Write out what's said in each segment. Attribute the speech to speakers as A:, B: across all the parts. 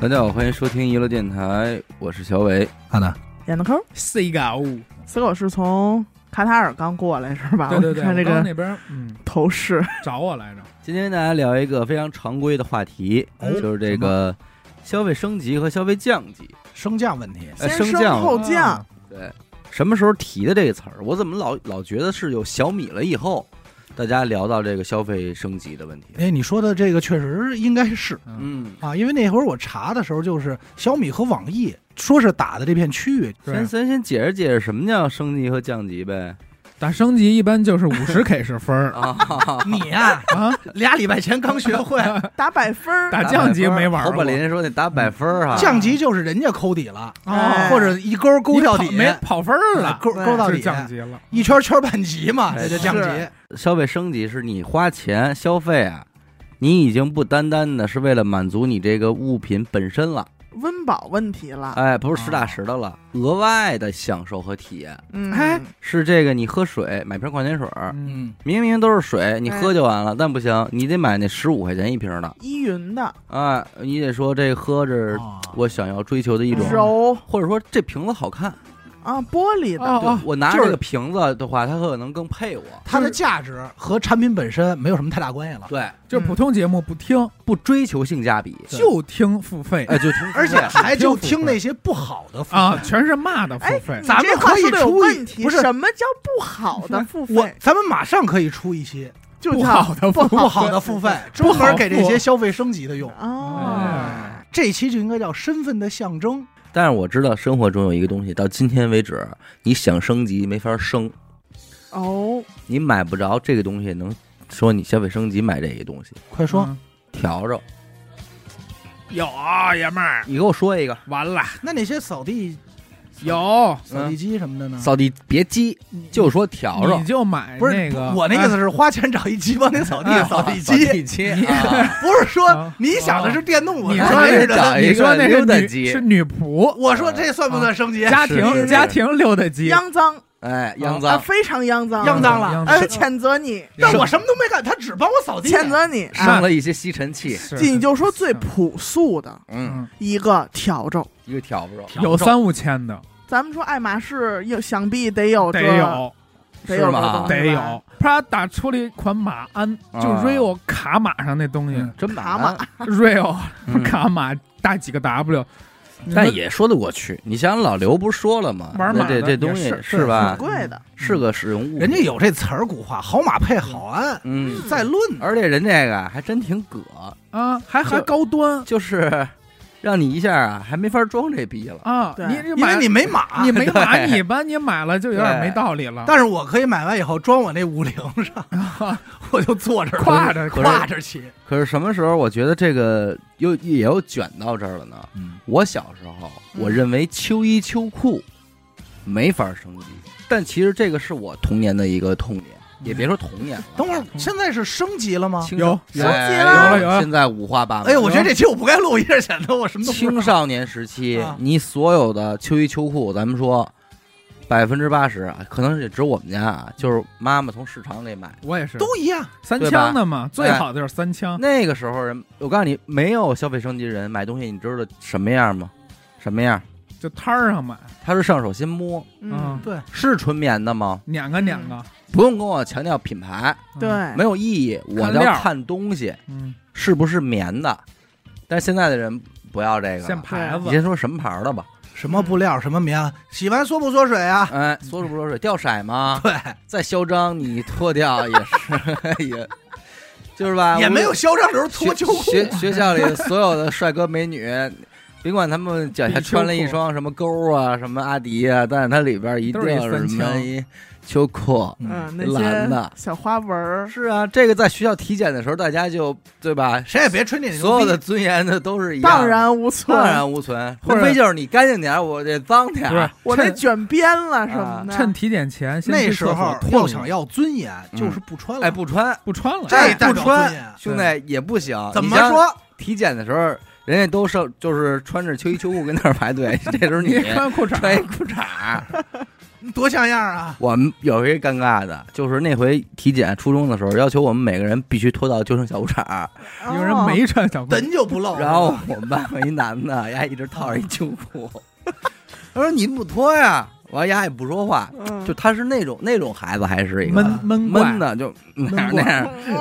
A: 大家好，欢迎收听娱乐电台，我是小伟。
B: 安娜，
C: 演的抠。
D: C 嘎物，
C: 死狗是从卡塔尔刚过来是吧？
D: 对对对，
C: 我看这
D: 我刚
C: 个
D: 那边嗯
C: 头饰，
D: 找我来着，
A: 今天跟大家聊一个非常常规的话题，
D: 哎
B: 哦
A: 就是这个消费升级和消费降级。
B: 升降问题，
A: 哎
C: 先
A: 升降
B: 哦
C: 后降
D: 啊，
A: 对，什么时候提的这个词儿？我怎么老老觉得是有小米了以后，大家聊到这个消费升级的问题？
B: 哎，你说的这个确实应该是
A: 嗯，
B: 啊，因为那会儿我查的时候，就是小米和网易说是打的这片区域，
D: 对啊
A: 先先先解释解释什么叫升级和降级呗。
D: 打升级一般就是五十 K 是分儿
A: 啊，
B: 你呀、
D: 啊，
B: 俩礼拜前 刚学会，
C: 打百分 儿，
D: 打 降级没 玩
A: 侯
D: 儿
B: 哎
A: 宝
D: 过，
A: 林说得打百分儿啊，
B: 降级就是人家抠底了，啊
C: 哎
B: 或者一勾勾
D: 哦你
B: 到
D: 跑
B: 底，啊
D: 没跑分儿了，
B: 哎勾勾到
D: 是
B: 底，
D: 降级了。
B: 一圈圈半级嘛，
A: 哎
B: 这就降级嗯
C: 是。
A: 消费升级是你花钱消费啊，你已经不单单的是为了满足你这个物品本身了，
C: 温饱问题
B: 啊
C: 了。
A: 哎，不是实打实的了，额外的享受和体验
C: 嗯，
D: 哎
A: 是这个，你喝水买瓶矿泉水儿，
D: 嗯，
B: 嗯，
A: 明明都是水，你
C: 哎
A: 喝就完了，但不行，你得买那十五块钱一瓶的，
C: 依云的
A: 哎，你得说这喝着
B: 啊
A: 我想要追求的一种。
C: 柔
A: 或者说这瓶子好看，
C: 啊，玻
B: 嗯
C: 璃的，
D: 哦
A: 对
D: 哦，
A: 我拿
B: 就是
A: 这个瓶子的话，它可能更配我。
B: 它的价值和产品本身没有什么太大关系了。
A: 对，
D: 就普通节目不听，
A: 不追求性价比，
B: 对
D: 就听付费
A: 哎，就挺
B: 而且还就
D: 挺
B: 听
D: 付费
B: 那些不好的付
D: 啊，全是骂的付
C: 哎，
D: 费
C: 你。
B: 咱们
C: 这话
B: 可以
C: 说的有
B: 出一
C: 问题，
B: 不是
C: 什么叫不好的付
B: 我
C: 费？
B: 咱们马上可以出一期
C: 就
D: 不
C: 叫
D: 好的
C: 不
B: 不好的付费，专门给这些消费升级的用。
C: 哦，
D: 哎
B: 这期就应该叫身份的象征。
A: 但是我知道生活中有一个东西，到今天为止，你想升级没法升，
C: 哦，
A: 你买不着这个东西，能说你消费升级买这个东西？
B: 快说，
D: 嗯
A: 笤帚，
D: 有啊爷们儿，
A: 你给我说一个
D: 完了
B: 那那些扫地
D: 嗯有，
B: 扫地机什么的呢？
A: 扫地，别鸡，就说笤帚
D: 你。就买
B: 不是
D: 那个，
B: 我那意思是花钱找一鸡巴那扫地
D: 哎
B: 扫地
A: 扫
B: 机，
A: 地机，啊
B: 不是说
D: 啊
B: 你想的是电动，我
D: 你
B: 说
D: 说那
B: 的
D: 是
B: 是
D: 嗯
B: 人
A: 找
B: 的。
A: 一个
D: 你说那
A: 溜达
D: 是
A: 机
D: 女是女仆，
B: 我说这算不算升级？
D: 家
A: 是是
D: 庭家庭溜达机，嗯
C: 肮脏
A: 哎，肮
C: 啊，
A: 脏，
C: 非常肮脏，
B: 肮脏了
D: 肮
C: 哎，谴责你，
B: 但我什么都没干，他只帮我扫地。啊
C: 谴责你，
D: 是
A: 上了一些吸尘器，
D: 是
C: 你就说最朴素的
A: 嗯，
C: 一个笤帚。
A: 一个笤帚，
D: 有三五千的，
C: 咱们说爱马仕，有想必得有这
D: 得有
A: 是
C: 得有这
A: 吗
C: 东西吧
D: 得有。他打出了一款马鞍，就
A: 啊
D: Rio 卡马上那东西
B: 嗯
A: 真麻
C: 卡
A: 烦
C: 玛，
D: ，Rio
A: 嗯
D: 卡马大几个 W，
A: 但
D: 你
A: 也说得过去。你想想，老刘不是说了吗？
D: 玩
A: 那
D: 马
A: 这
D: 的
A: 这
D: 也
A: 东西
D: 是
A: 是吧
C: 挺？贵的。
A: 是个使用物品，
B: 人家有这词儿古话，好马配好鞍，
A: 嗯，
B: 在论呢。
A: 而且人这个还真挺葛，
D: 啊，还还
A: 就
D: 高端
A: 就是让你一下啊，还没法装这逼了。
D: 啊，
C: 对
D: 你这
B: 因为
D: 买
B: 你没马，
D: 你没买，
A: 对
D: 你吧，你买了就有点没道理了，
B: 但是我可以买完以后装我那五菱上，我就坐这儿
D: 啊挎着
A: 可是
B: 挎着骑。
A: 可是什么时候我觉得这个又也又卷到这儿了呢？
B: 嗯，
A: 我小时候
C: 嗯
A: 我认为秋衣秋裤没法升级，但其实这个是我童年的一个痛点，也别说童年了。
B: 等会儿，啊现在是升级了吗？
A: 青
D: 有
A: 少
C: 有
A: 哎
C: 升级了
D: 有了有了
A: 现在五花八门。
B: 哎呦，我觉得这期我不该录，一下显得我什么都不
A: 青
B: 知道。
A: 少年时期
B: 啊，
A: 你所有的秋衣秋裤，咱们说百分之八十，可能也只有我们家啊，就是妈妈从市场给买。
D: 我也是
B: 都一样，
D: 三
A: 对吧哎
D: 枪的嘛，最好的就是三
B: 啊
D: 枪，
A: 那个时候人，我告诉你，没有消费升级人买东西，你知道什么样吗？什么样？
D: 就摊儿上买，
A: 他是上手先摸，
C: 嗯，
B: 对，
A: 是纯棉的吗？
D: 两个两个，
A: 不用跟我强调品牌，
D: 嗯
C: 对，
A: 没有意义。我
D: 料
A: 要
D: 儿
A: 看东西
D: 嗯，
A: 是不是棉的，但是现在的人不要这个
D: 嗯，限
A: 了。
D: 牌
A: 你
D: 子，
A: 先说什么牌儿的吧？
B: 什么布料，什么棉，洗完缩不缩水啊？
A: 哎，缩水不缩水？掉色吗？
B: 对，
A: 再嚣张，你脱掉也是， 也就是吧，
B: 也没
A: 哎
B: 有
A: 我
B: 嚣张时候脱
A: 学
B: 秋裤。
A: 学学校里所有的帅哥美女， 甭管他们脚下
D: 比秋裤
A: 穿了一双什么钩啊、什么阿迪啊，但是它里边一定有
D: 都是
A: 什
D: 一三
A: 么
D: 枪
A: 一秋裤。
C: 嗯，
A: 蓝
C: 那
A: 的
C: 些小花纹儿，
A: 是啊，这个在学校体检的时候，大家就对吧？
B: 谁也别吹那牛逼
A: 所有的尊严的都是一样的，
C: 荡然无存。
A: 荡然无存，
D: 或者
A: 无非就是你干净点儿，我这脏点
D: 不是
A: 儿。，
C: 我那
D: 趁
C: 卷边了什么的，
D: 趁体检前先
B: 那
D: 去厕
B: 时
D: 所
B: 候
D: 吐
B: 要
D: 一
B: 想
D: 下
B: 要尊严，就是不穿了。
A: 哎，不穿，
D: 不穿了，
A: 不
D: 哎
B: 这代表尊
A: 穿
B: 严，
A: 兄弟也不行。
B: 怎
A: 你
B: 么
A: 想
B: 说？
A: 体检的时候，人家都是就是穿着秋衣秋裤跟那儿排队，这时候你
D: 你穿裤衩
A: 穿一裤衩儿，
B: 多像样啊！
A: 我们有一个尴尬的，就是那回体检初中的时候，要求我们每个人必须脱到就剩小裤衩儿，
C: 哦
D: 有人没穿小裤，
B: 人就不露。
A: 然后我们班有一男的，丫一直套着一旧裤， 他说你不脱呀，完丫也不说话，
C: 哦，
A: 就他是那种那种孩子，还是一个
D: 闷闷怪
A: 闷的，就那样那样
C: 嗯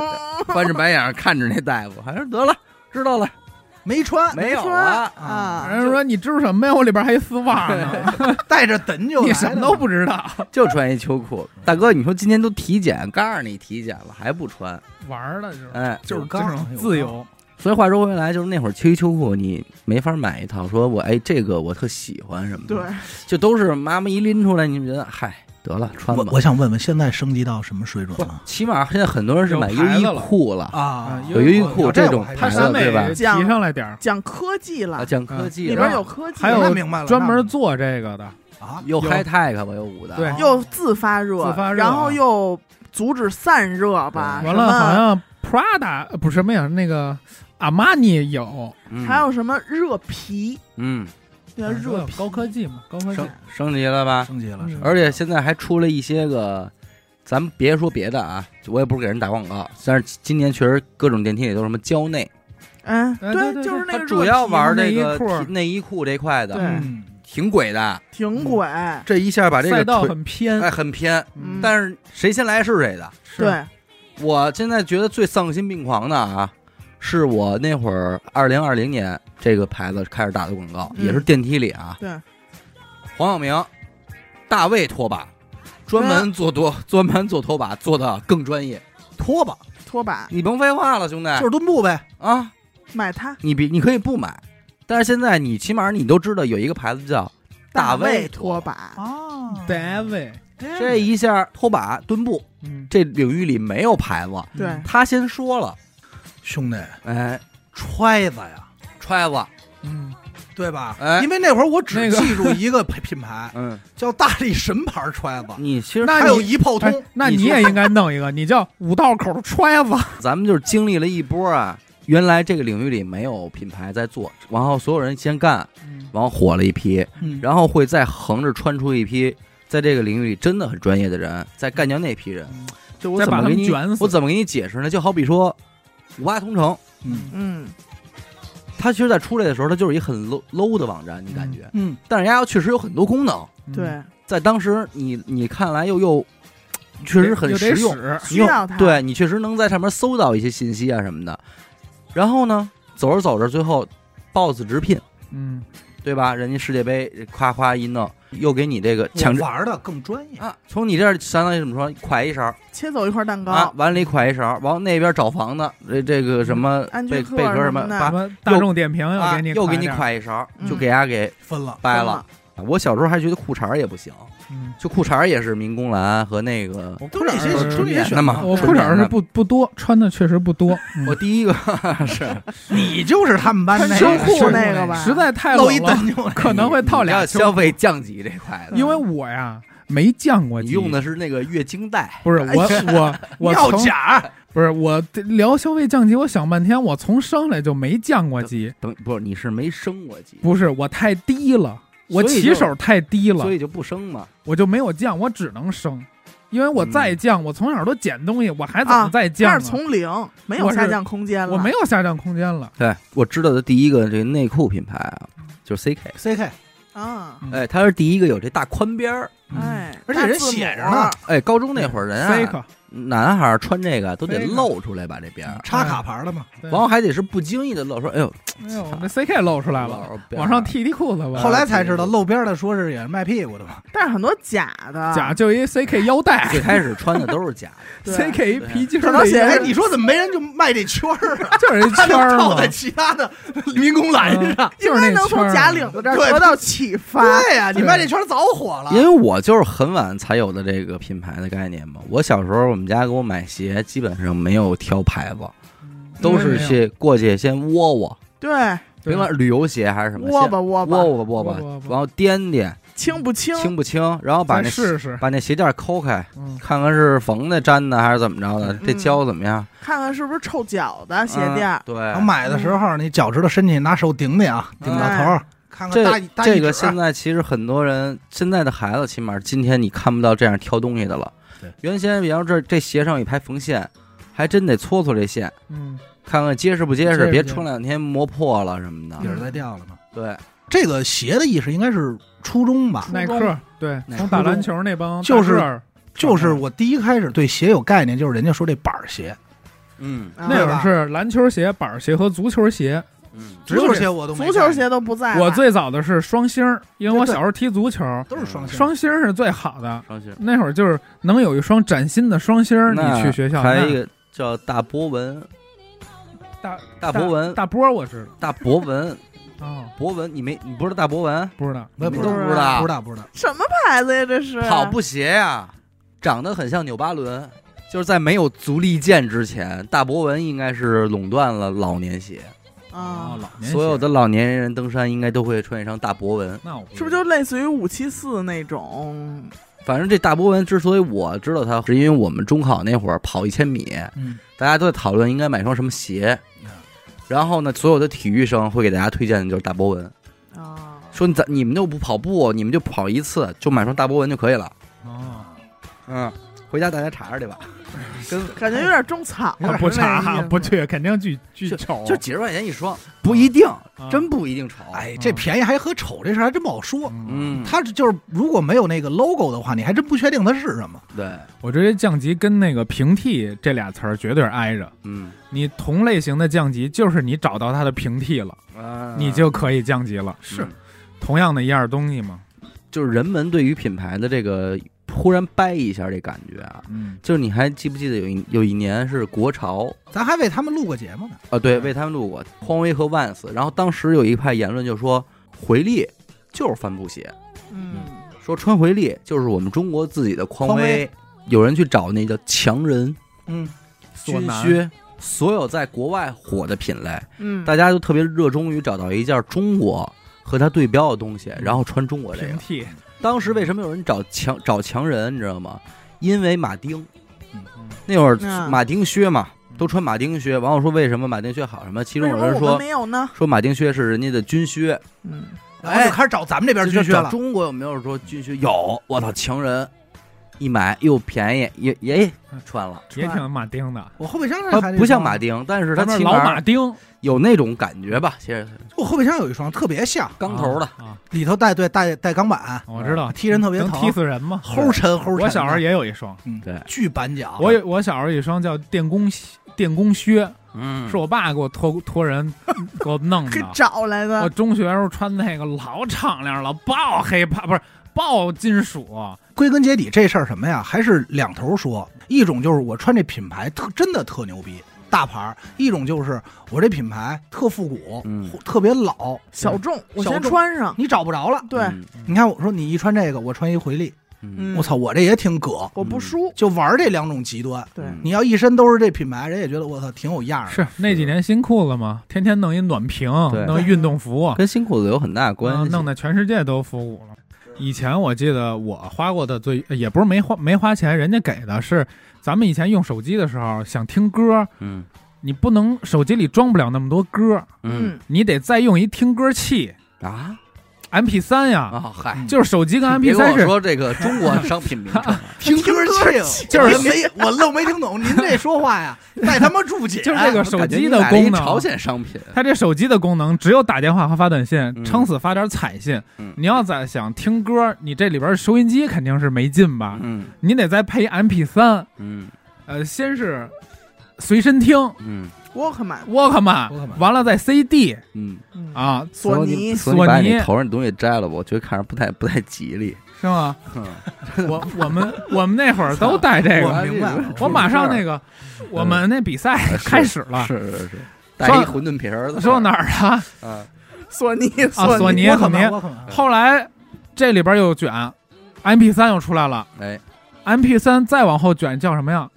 A: 翻着白眼儿看着那大夫，还是得了，知道了，
B: 没穿，
A: 没有
C: 说
A: 啊，
C: 啊，
D: 人家说你知道什么呀？我里边还一丝袜呢，
B: 带着等就 来
D: 你
B: 了
D: 什么都不知道，
A: 就穿一秋裤。大哥，你说今天都体检，告诉你体检了还不穿，
D: 玩儿了 就是。
A: 哎，
D: 就是这
B: 刚啊
D: 种自由，
A: 所以话说回来，就是那会儿秋衣秋裤你没法买一套，说我哎这个我特喜欢什么的，
C: 对，
A: 就都是妈妈一拎出来，你们觉得嗨得了穿吧
B: 我。我想问问，现在升级到什么水准
A: 不
B: 了？
A: 起码现在很多人是买
D: 有
A: 优
D: 牌
A: 衣
D: 子了
A: 库了，
B: 啊
D: 啊
A: 有
D: 优
A: 优
D: 衣
A: 衣
D: 库
A: 库这种
D: 他
A: 牌
D: 审
A: 子
D: 美
A: 对吧？
D: 提上来点儿，
C: 讲科技
A: 啊，
C: 了，
D: 嗯
A: 讲科技
C: 里
A: 然
C: 边
A: 后
C: 有科技，
D: 还有
B: 那明白了，
D: 专门做这个的，
B: 啊，
A: 有
D: 有
A: high tech 吧，有五的，
D: 对
C: 又自发热，
D: 自发热
C: 然后又阻止散热吧，
A: 啊
D: 完
C: 什
D: 了
C: 么
D: 好像 Prada 呃不是什么呀，那个阿玛尼有，
A: 嗯
C: 还有什么热皮，
A: 嗯，
C: 叫热皮，
D: 哎高科技嘛，高科技
A: 升升级了吧？
B: 升级了
D: 嗯，
A: 啊而且现在还出了一些个，咱们别说别的啊，我也不是给人打广告，但是今年确实各种电梯里都是什么蕉内，
C: 嗯，
D: 哎对对
C: 就是那
A: 他
C: 个
A: 主要玩这个
D: 热皮内衣裤
A: 体内衣裤这块的，
C: 对
B: 嗯，
A: 挺鬼的，
C: 挺鬼，
A: 这一下把这
D: 赛
A: 个
D: 道
A: 腿
D: 很偏
A: 哎，很偏，
D: 嗯
A: 但是谁先来是谁的。
D: 是
C: 对，
A: 我现在觉得最丧心病狂的啊，是我那会儿二零二零年这个牌子开始打的广告，
C: 嗯
A: 也是电梯里啊，
C: 对，
A: 黄晓明、大卫拖把，专门做拖，专门做拖把，做的更专业。
B: 拖把
C: 拖把
A: 你甭废话了，兄弟
B: 就是墩布呗，
A: 啊！
C: 买它，
A: 你比你可以不买，但是现在你起码你都知道有一个牌子叫大
C: 卫
A: 卫
C: 拖
A: 把，
C: 把，
D: 哦
B: 啊
D: David，
C: 嗯
A: 这一下拖把墩布
D: 嗯，
A: 这领域里没有牌子，
C: 对，
A: 他先说了，
B: 兄弟
A: 哎，
B: 揣子呀，
A: 揣子，
D: 嗯，
B: 对吧？
A: 哎
B: 因为那会儿我
D: 那
B: 只
D: 个
B: 记住一个品品牌，
A: 嗯，
B: 叫大力神牌揣子，
A: 你其实
D: 那
B: 还
D: 你
B: 有一炮
D: 哎
B: 通，
D: 那
A: 你
D: 你
A: 说
D: 也应该弄一个，你叫五道口揣子，
A: 咱们就是经历了一波啊，原来这个领域里没有品牌在做，然后所有人先干，然后火了一批，
B: 嗯
A: 嗯然后会再横着穿出一批在这个领域里真的很专业的人，再干掉那批人。
D: 嗯
A: 就我
D: 再
A: 怎
D: 把
A: 么
D: 他
A: 给
D: 们
A: 你
D: 卷，死
A: 我怎么给你解释呢？就好比说五八同城，
B: 嗯
C: 嗯，
A: 它其实在出来的时候，它就是一很 low low 的网站，你感觉，
B: 嗯，
A: 但是人家确实有很多功能，
D: 嗯，
C: 对，
A: 在当时你你看来又又确实很
D: 又得
A: 实用，
D: 使
A: 你
C: 需
A: 又
C: 要它，，
A: 对你确实能在上面搜到一些信息啊什么的。然后呢，走着走着，最后 boss 直聘，
D: 嗯，
A: 对吧？人家世界杯夸夸一弄，又给你这个
B: 我
A: 强制
B: 玩的更专业，
A: 啊，从你这儿相当于怎么说，㧟一勺
C: 切走一块蛋
A: 啊
C: 糕，，
A: 碗里㧟一勺，往那边找房子，这这个什么
C: 安居
A: 贝
C: 客
A: 贝壳
C: 什
A: 什
C: 么
A: 么
C: 的
A: 把
D: 什么大众点评又
A: 啊
D: 给你
A: 又给你
D: 点儿，
A: 㧟一勺，
C: 嗯
A: 就给伢给
B: 分了，
A: 掰了。我小时候还觉得裤衩儿也不行，
D: 嗯，
A: 就裤衩儿也是民工蓝和那个
D: 我
B: 都那些
D: 是
B: 纯
A: 棉
B: 棉
A: 的嘛
D: 我
A: 嗯纯
D: 裤衩
A: 棉
D: 儿是
A: 的
D: 不不多，穿的确实不多，嗯
A: 我第一个是
B: 你就是他们班那
C: 穿秋
B: 个
C: 裤
D: 是
C: 那个吧，
D: 实在太
B: 露
D: 冷
B: 一
D: 了，
B: 灯就
D: 可能会套
A: 你
D: 俩
A: 要
D: 秋
A: 消
D: 裤
A: 费降级这块的，
D: 因为我呀没降过
A: 你
D: 级，
A: 用的是那个月经带，
D: 不是我我我
B: 尿
D: 从
B: 假，
D: 不是我聊消费降级，我想半天，我从生来就没降过级，
A: 不不，你是没升过级，
D: 不是我太低了，
A: 所
D: 我
A: 以就
D: 起手太低了
A: 所，以就不升嘛。
D: 我就没有降，我只能升，因为我再降，我从小都捡东西，我还怎
C: 啊
D: 么再降
C: 它
D: 啊、
C: 是从零，没有
D: 我是
C: 下降空间了，
D: 我没有下降空间了，
A: 对，我知道的第一个这个内裤品牌啊，就是 CK，
B: CK，
C: 啊，
D: 嗯
A: 哎，它是第一个有这大宽边儿，
C: 哎，
B: 而且人写着呢
A: 哎，高中那会儿人
D: 飞
A: 啊，
D: 可
A: 男孩儿穿这个都得
D: Faker
A: 露出来吧这边儿，
B: 插卡牌的嘛。
D: 对
A: 然后还得是不经意的露，说哎呦，
D: 哎呦，我那 CK 露出来了，
A: 露边儿
D: 往上剃剃裤子吧，
B: 后来才知道，露边的说是也是卖屁股的嘛。
C: 但是很多假的，
D: 假就一 CK 腰带
A: 最开始穿的都是 假的，
C: 对
D: ，CK 一皮筋儿
C: 可能
D: 的
C: 写
D: 腰
B: 哎
D: 带，
C: 着
B: 你说怎么没人就卖这圈儿嗯啊？
D: 就是一
B: 他
D: 圈儿
B: 能套
D: 嘛
B: 在，其他的 民工栏上？
D: 就是
C: 应该
D: 那
C: 能
D: 圈儿
C: 从
D: 啊
C: 假领子这儿
B: 对
C: 得到启发，
B: 对呀，你
D: 对
B: 卖这圈儿早火了
A: 因。为我就是很晚才有的这个品牌的概念嘛。我小时候，我们家给我买鞋，基本上没有挑牌子，
D: 嗯
A: 都是
D: 些
A: 去过去先窝窝，
C: 对，
A: 甭管旅游鞋还是什么，
C: 窝吧窝
A: 先
C: 吧，
A: 窝吧窝吧
D: 窝吧窝吧，
A: 然后掂掂
C: 轻不轻？
A: 轻不轻，然后把
D: 再
A: 那
D: 试试，
A: 把那鞋垫抠开，
D: 嗯，
A: 看看是缝的、粘的还是怎么着的，
C: 嗯
A: 这胶怎么样？
C: 看看是不是臭脚的鞋
A: 嗯
C: 垫儿，
A: 对
B: 我，买的时候，你脚趾头伸进去，拿手顶顶啊，顶到头儿，看看大
A: 这
B: 一大
A: 这
B: 一
A: 个
B: 指儿啊
A: 现在其实很多人，现在的孩子起码今天你看不到这样挑东西的了
B: 对。
A: 原先比方说这这鞋上有一排缝线，还真得搓搓这线，
D: 嗯，
A: 看看结实不结
D: 结实
A: 实，
D: 不
A: 别
D: 结实
A: 穿两天磨破了什么的
B: 底。儿在掉了嘛。
A: 对，
B: 这个鞋的意识应该是初中吧，
D: 耐克对，
A: 耐
D: 从
A: 克
D: 打篮球那帮
B: 就是
D: 大个儿
B: 就是我第一开始对鞋有概念，就是人家说这板儿鞋，
A: 嗯
C: 啊
D: 那会儿是篮球鞋、板鞋和足球鞋。
A: 嗯，
D: 只有这
B: 足球鞋我都没
C: 足球
B: 看
C: 鞋都不在了，
D: 我最早的是双星儿，因为我
B: 对对
D: 小时候踢足球，
B: 都是双鞋，
D: 双星儿是最好的。
A: 伤心。
D: 那会儿就是能有一双崭新的双星儿，
A: 那
D: 你去学校
A: 还有
D: 那
A: 一个叫大博文，
D: 大
A: 大博文，
D: 大波，我知
A: 大博文，
D: 道哦，
A: 博文，你没你不知道大博文？
D: 不知道
B: 我也
A: 你
B: 不
A: 都
B: 知道，
A: 不知道
B: 不知道，不知道。
C: 什么牌子呀？这是
A: 跑步鞋呀、长得很像纽巴伦，就是在没有足力健之前，大博文应该是垄断了老年鞋，
C: 啊
D: 哦，老年
A: 所有
D: 鞋
A: 的老年人登山应该都会穿一双大博文。
D: 那我
C: 是不是
D: 知道
C: 就类似于五七四那种？
A: 反正这大博文之所以我知道它，是因为我们中考那会儿跑一千米，
B: 嗯，
A: 大家都在讨论应该买双什么鞋
B: 嗯。
A: 然后呢，所有的体育生会给大家推荐的就是大博文，
C: 啊，
A: 说你咱你们就不跑步，你们就跑一次，就买双大博文就可以了。
D: 哦，
A: 嗯，回家大家查查 去吧，跟
C: 感觉有点种草
D: 啊，不 查不去，肯定巨巨丑，
A: 就几十块钱一双，不一定，
D: 啊
A: 真不一定丑。
B: 哎，这便宜还和丑这事儿还真不好说。
D: 嗯，
A: 嗯，
B: 它就是如果没有那个 logo 的话，你还真不确定它是什么。
A: 对，
D: 我直接降级跟那个平替这俩词儿绝对挨着。
A: 嗯，
D: 你同类型的降级，就是你找到它的平替了，
A: 啊
D: 你就可以降级了。
A: 是
D: 同样的一样东西嘛。
A: 就是人们对于品牌的这个忽然掰一下这感觉啊，
D: 嗯，
A: 就是你还记不记得有一有一年是国潮
B: 咱还为他们录过节目呢。
A: 啊？对，为他们录过匡威和万斯，然后当时有一派言论就说回力就是帆布鞋，
C: 嗯，
A: 说穿回力就是我们中国自己的匡
B: 匡威
A: 有人去找那叫强人
B: 嗯，
D: 索
A: 军
D: 南
A: 靴。所有在国外火的品类，
C: 嗯，
A: 大家都特别热衷于找到一件中国和它对标的东西，然后穿中国这
D: 平
A: 个。
D: 替，
A: 当时为什么有人找强找强人，你知道吗？因为马丁
D: 嗯
A: 那会儿
C: 嗯
A: 马丁靴嘛，都穿马丁靴。完我说为什么马丁靴好什么？其中
C: 为
A: 有
C: 什么
A: 人
C: 我们
A: 说
C: 没有呢？
A: 说马丁靴是人家的军靴，
C: 嗯，
B: 然后就开始找咱们这边
A: 就
B: 军
A: 是
B: 靴
A: 找
B: 了。
A: 中国有没有说军靴？有，我操，强人一买又便宜，也也
D: 嗯
A: 穿了。
D: 也挺马丁的，
B: 我后备箱上
A: 它
B: 还有一
A: 呃不像
B: 双
A: 马，丁，但是它
D: 咱们
A: 起
D: 老马
A: 码
D: 丁
A: 有那种感觉吧，其实
B: 我后备箱有一双特别像，
A: 钢头的。
D: 啊，啊
B: 里头带对带带钢板，
D: 我知道，
B: 踢人特别
D: 能
B: 疼
D: 踢死人吗？
B: 齁沉齁沉的。
D: 哦我小时候也有一双，
B: 嗯
A: 对
B: 巨板脚。
D: 我有我小时候有一双叫电工鞋电工靴，
A: 嗯
D: 是我爸给我托托人给我弄
C: 给
D: 的。
C: 找来
D: 我
C: 的。
D: 中学时候穿那个老敞亮了，爆黑怕不是爆金属，
A: 啊
B: 归根结底这事儿什么呀，还是两头说。一种就是我穿这品牌特真的特牛逼，大牌儿；一种就是我这品牌特复古，
A: 嗯
B: 特别老，
C: 小众，我先
B: 小众
C: 穿上。
B: 你找不着了。
C: 对，
B: 你看我说你一穿这个，我穿一回力，
A: 嗯
C: 嗯
B: 我操，我这也挺葛，
C: 我不输。
B: 就玩这两种极端。
C: 对，
A: 嗯
B: 你要一身都是这品牌，人也觉得我操挺有样儿的。
D: 是那几年新裤子嘛，天天弄一暖瓶，
A: 对
D: 弄一运动服，
A: 跟新裤子有很大的关
D: 嗯
A: 系。
D: 弄得全世界都复古了。以前我记得我花过的最也不是没花没花钱，人家给的是咱们以前用手机的时候想听歌，
A: 嗯
D: 你不能手机里装不了那么多歌，
A: 嗯
C: 嗯，
D: 你得再用一听歌器
A: 啊
D: ，M P 三呀，
A: 啊嗨，
D: 就是手机跟 M
A: 别
D: P
A: 跟
D: 三
A: 我
D: 是
A: 说这个中国商品名称，
B: 听歌
C: 器
B: 器，
D: 就是
B: 我没我愣没听懂您这说话 呀，带他妈注解。
D: 就是这
A: 哎
D: 个
A: 我
D: 手
A: 感觉你
D: 机的
A: 买了一
D: 功
A: 朝
D: 能。
A: 鲜商品，
D: 它这手机的功能只有打电话和发短信，
A: 嗯
D: 撑死发点彩信。
A: 嗯
D: 你要再想听歌，你这里边收音机肯定是没劲吧？
A: 嗯
D: 你得再配 M P 三，
A: 嗯
D: 呃，先是随身听，
A: 嗯
C: 沃克曼，
D: Walkman，
B: Walkman
D: 完了再 CD
A: 嗯，
C: 嗯，
D: 啊，
C: 索尼，
A: 所以你把你头上的东西摘了吧，我觉得看着不太不太吉利。
D: 是吗？ 我我们我们那会儿都带这
B: 我
A: 嗯
D: 个，
B: 明白了
D: 我马上那个，我们那比赛
A: 哎是
D: 开始了，
A: 是是是，带一
D: 说
A: 馄饨皮儿，
D: 说到哪儿了？
A: 啊？
C: 索尼，
D: 啊，索
C: 尼，
D: 尼，
B: 哎我
D: 索
B: 可
D: 尼
B: 能。我可
A: 嗯
B: 能
D: 后来这里边又卷，MP 三又出来了
A: 哎
D: ，MP 三再往后卷叫什么呀？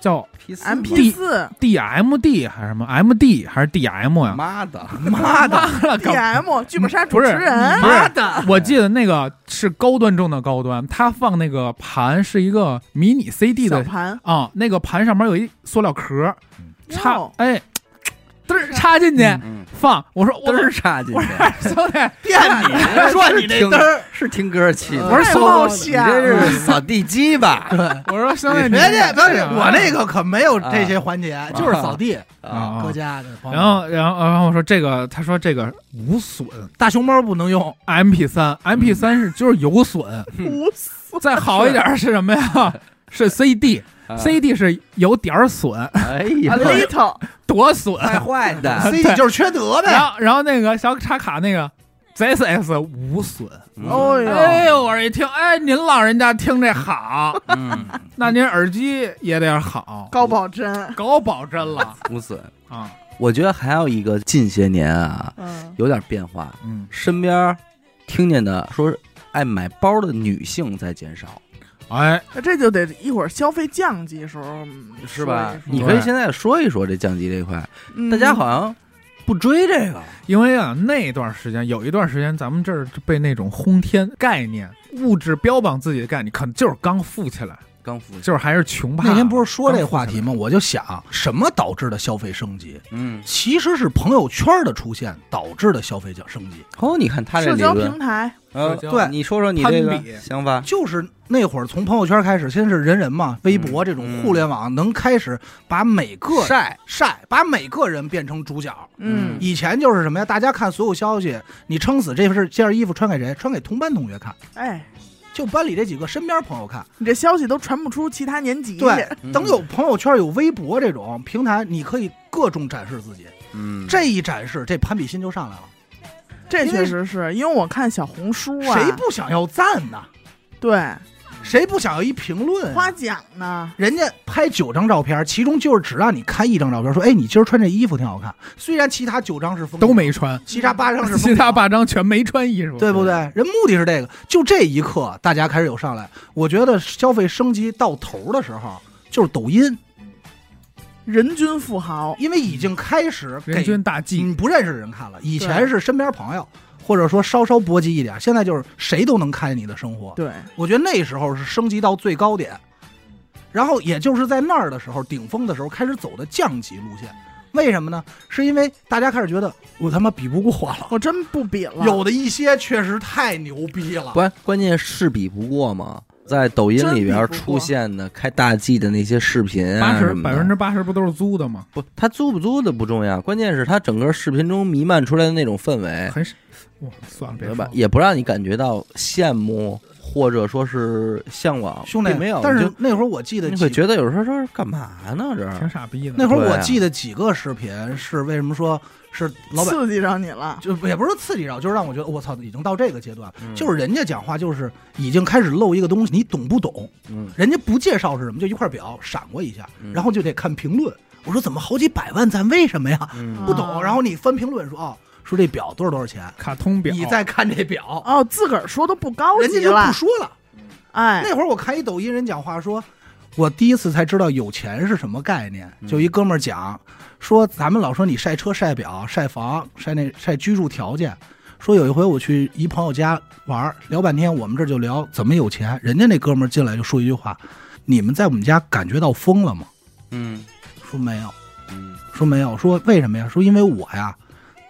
D: 叫
A: ，P 四
C: M P 四
D: DMD 还是什么 MD 还是 DM 呀？
A: 妈 的，
B: 妈的，
D: 了
C: D M 剧本杀主
D: 不
C: 持
D: 是嗯
C: 人，啊
D: 不是
B: 的，
D: 我记得那个是高端中的高端，它放那个盘是一个迷你 CD
C: 小
D: 的
C: 盘，
D: 啊、那个盘上面有一塑料壳，插
C: 哟
D: 哎，嘚儿插进去
A: 嗯，
D: 放。我说我
A: 嘚儿插进
D: 我
A: 去，
D: 说 兄弟，
B: 电你，说你那嘚儿，
A: 是听歌气的。
D: 我说
C: 嗯太
D: 小
C: 冒
A: 你
C: 险
A: 这
C: 了，
A: 是扫地机吧？
D: 我说兄弟，你
B: 哎别介，别
D: 这
B: 介，
D: 样啊
B: 我那个可没有这些环节，就是扫地、
D: 啊
B: 搁家的。
D: 然后，然后，然后我说这个，他说这个无损
B: 大熊猫不能用，
D: ，MP 三，MP
C: 嗯
D: 三是就是有 损，
C: 无所
D: 再好一点是什么呀？
C: 嗯
D: 是 CD，CD
A: 啊
D: 是有点儿损，
A: 哎
C: 啊
A: 呀，
C: little
D: 多损。
A: 坏坏的，
B: ，CD 就是缺德呗。
D: 然后，然后那个小插卡那个 ZSS 无损。
A: 哦，
C: 哎呦
D: 哎呦，我一听，哎，您老人家听这好，
A: 嗯，
D: 那您耳机也得好，
C: 高保真，
D: 高保真 了
A: 无损。
D: 啊。
A: 我觉得还有一个近些年啊，
C: 嗯，
A: 有点变化，
D: 嗯
A: 身边听见的说爱买包的女性在减少，
D: 哎，
C: 那这就得一会儿消费降级时候嗯
A: 是吧？
C: 说一
A: 你
C: 说
A: 可以现在说一说这降级这一块，
C: 嗯
A: 大家好像不追这个，
D: 因为啊，那段时间有一段时间，咱们这儿就被那种轰天概念、物质标榜自己的概念，可能就是刚富起来，
A: 刚复
D: 就是还是穷怕。
B: 那天不是说这话题吗？我就想，什么导致的消费升级？
A: 嗯，
B: 其实是朋友圈的出现导致的消费者升级。
A: 哦，你看他这
C: 社
A: 理
C: 交
A: 论
C: 平，台，
A: 呃
D: 社交
A: 对，你说说你这
D: 攀比
A: 个想法，
B: 就是那会儿从朋友圈开始，先是人人嘛，微博
A: 嗯
B: 这种互联网能开始把每个
A: 晒
B: 晒，把每个人变成主角。
A: 嗯
C: 嗯，
B: 以前就是什么呀？大家看所有消息，你撑死这份这件衣服穿给谁？穿给同班同学看，
C: 哎，
B: 就班里这几个身边朋友看。
C: 你这消息都传不出其他年级去，
B: 对
A: 嗯
B: 等有朋友圈、有微博这种平台，你可以各种展示自己。
A: 嗯，
B: 这一展示，这攀比心就上来了。
C: 这
B: 因为
C: 确实是因为我看小红书啊，
B: 谁不嗯想要赞呐？
C: 对
B: 谁不想要一评论啊、
C: 夸奖呢？
B: 人家拍九张照片，其中就是只让你看一张照片，说：“哎，你今儿穿这衣服挺好看。”虽然其他九张是风景
D: 都，没穿，
B: 其他八张是风
D: 其
B: 景
D: 他八张全没穿衣服，
B: 对不对？人目的是这个，就这一刻，大家开始有上来。我觉得消费升级到头的时候，就是抖音，
C: 人均富豪，
B: 因为已经开始给嗯
D: 人均大 G，
B: 你不认识的人看了。以前
C: 对
B: 是身边朋友，或者说稍稍搏击一点，现在就是谁都能看见你的生活。
C: 对，
B: 我觉得那时候是升级到最高点，然后也就是在那儿的时候，顶峰的时候开始走的降级路线。为什么呢？是因为大家开始觉得我他妈比不过了。
C: 我真不比了，
B: 有的一些确实太牛逼了，
A: 关关键是比不过嘛，在抖音里边
C: 真比不
A: 出
C: 过
A: 现的开大 G 的那些视频
D: 八
A: 啊
D: 十
A: 什么
D: 百分
A: 的，
D: 之八十不都是租的吗？
A: 不，他租不租的不重要，关键是他整个视频中弥漫出来的那种氛围，
D: 很少，哇，算了，别
A: 对
D: 说
A: 哎吧
D: 了？。
A: 也不让你感觉到羡慕或者说是向往，
B: 兄弟
A: 并没有，
B: 但
A: 你
B: 是
A: 就
B: 那会儿我记得
A: 你
B: 几，
A: 会觉得有时候说是干嘛呢？这
D: 挺
A: 儿
D: 傻逼的。
B: 那会儿
A: 对
B: 我
A: 啊
B: 记得几个视频是为什么说是老板
C: 刺激着你了，
B: 就也不是刺激着，就是让我觉得我操，已经到这个阶段了，
A: 嗯
B: 就是人家讲话就是已经开始露一个东西，你懂不懂？
A: 嗯，
B: 人家不介绍是什么，就一块表闪过一下，
A: 嗯
B: 然后就得看评论。我说怎么好几百万赞？为什么呀？
A: 嗯
B: 不懂。
C: 啊
B: 然后你翻评论说哦，说这表多少多少钱？
D: 卡通表，
B: 你再看这表，
C: 哦，自个儿说都不高
B: 人家
C: 级
B: 就不
C: 了，
B: 说了。
C: 哎，
B: 那会儿我看一抖音人讲话说，我第一次才知道有钱是什么概念。就一哥们儿讲说，咱们老说你晒车、晒表、晒房、晒那晒居住条件。说有一回我去一朋友家玩儿，聊半天，我们这就聊怎么有钱。人家那哥们儿进来就说一句话：“你们在我们家感觉到疯了吗
A: 嗯？”
B: 说没有，
A: 嗯
B: 说没有，说为什么呀？说因为我呀，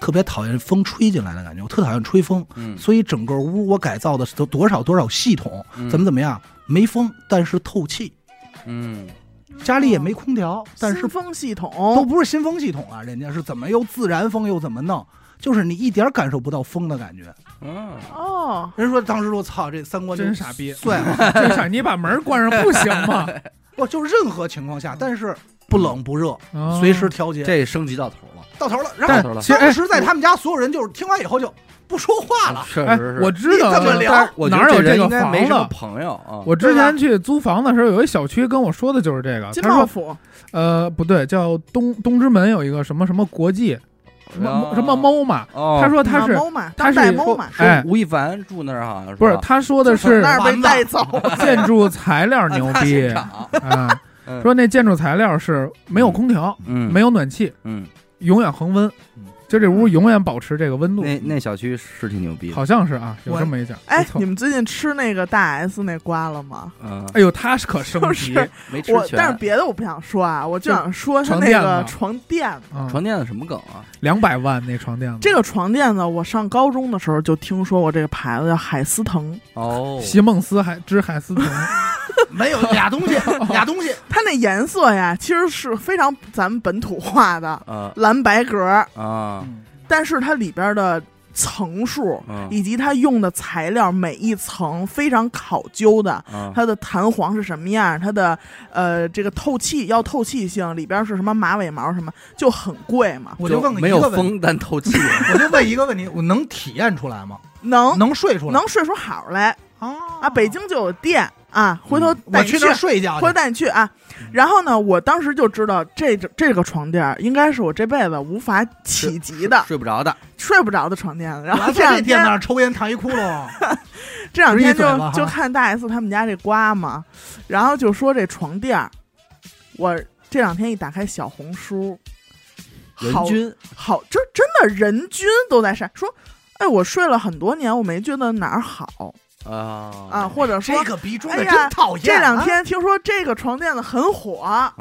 B: 特别讨厌风吹进来的感觉，我特讨厌吹风。
A: 嗯
B: 所以整个屋我改造的都多少多少系统，
A: 嗯
B: 怎么怎么样，没风，但是透气，
A: 嗯
B: 家里也没空调，但是
C: 新风系
B: 都
C: 统，
B: 不是新风系统啊，人家是怎么又自然风又怎么弄，就是你一点感受不到风的感觉。
A: 嗯，
C: 哦，
B: 人说当时我操，这三观就
D: 真傻逼
B: 碎了，
D: 这事儿你把门关上不行 吗？
B: 我就任何情况下，但是不冷不热，
D: 哦
B: 随时调节，
A: 这升级到头了，
B: 到头了。
A: 到
B: 然后
A: 头了。
D: 其实哎
B: 当时在他们家所有人就是听完以后就不说话 了，
A: 确
D: 哎
A: 实是，，
D: 我知道
B: 你怎么
D: 了
B: 聊
D: 但是
A: 我觉
D: 哪
A: 得
D: 有
A: 人
D: 个
A: 应该
D: 房
A: 没什么
D: 子？
A: 朋友啊。
D: 我之
C: 对
D: 前
C: 吧
D: 去租房的时候，有一小区跟我说的就是这个，
C: 金
D: 他
C: 茂
D: 说
C: 府，
D: 呃不对，叫东东直门有一个什么什么国际什么什么
A: 猫，
D: 猫嘛，
A: 哦
D: 他说他是
C: 某马，
D: 他
C: 当
D: 是
C: 代
D: 说
C: 某马，
A: 说
D: 哎
A: 吴亦凡住那儿好像
D: 不是
A: 吧
D: 他说的
C: 从
D: 是
C: 那儿被
B: 完了
C: 带走，
D: 建筑材料牛
A: 他
D: 逼
A: 现 场
D: 啊，
A: 嗯
D: 说那建筑材料是没有空调，
A: 嗯
D: 没有暖气，
A: 嗯
D: 永远恒温
B: 嗯，
D: 就这屋永远保持这个温度。
A: 那那小区是挺牛逼的，
D: 好像是啊，有
B: 我
D: 这么一讲。
C: 哎
D: 不，错
C: 你们最近吃那个大 S 那瓜了吗？
A: 嗯，
D: 哎呦，他是可升级
C: 就，是
A: 没吃
C: 我，
A: 全。
C: 但是别的我不想说啊，我就想说他
D: 床
C: 那
D: 垫
C: 个
D: 子
C: 床垫子。
A: 床垫子什么梗啊？
D: 两百万那床垫子，
C: 这个床垫子，我上高中的时候就听说过这个牌子叫海思腾，
A: 哦，
D: 席梦思还之海思腾，
B: 没有俩东西，俩东西，
C: 它那颜色呀，其实是非常咱们本土化的
A: 呃
C: 蓝白格，
A: 啊，
C: 但是它里边的层
B: 哦
C: 数
A: 嗯
C: 以及它用的材料，每一层非常考究的，
A: 啊，
C: 它的弹簧是什么样，它的呃这个透气要透气性，里边是什么马尾毛什么，就很贵嘛。
B: 我就问
A: 没
B: 一
A: 有
B: 个问题，
A: 风但透气，
B: 我就问一个问题，我能体验出来吗？
C: 能
B: 能睡出来？
C: 能睡出好来
B: 啊
C: 啊！北京就有店啊，回头带
B: 嗯我
C: 你去
B: 去那儿睡觉
C: 回头
B: 去，
C: 带你去啊。然后呢，我当时就知道这这个床垫儿应该是我这辈子无法企及 的，
A: 睡不着的。
C: 睡不着的床垫子。然
B: 我还
C: 后
B: 在
C: 这两天
B: 这店那儿抽烟烫一窟窿，
C: 这两天
B: 直一嘴了
C: 就
B: 哈
C: 就看大 S 他们家这瓜嘛，然后就说这床垫儿，我这两天一打开小红书，
A: 人
C: 好
A: 均
C: 好，这真的人均都在晒说。哎，我睡了很多年，我没觉得哪儿好
A: 啊
C: 啊，或者说
B: 哎这个逼装的
C: 哎呀
B: 真讨厌。啊
C: 这两，天听说这个床垫子很火
A: 啊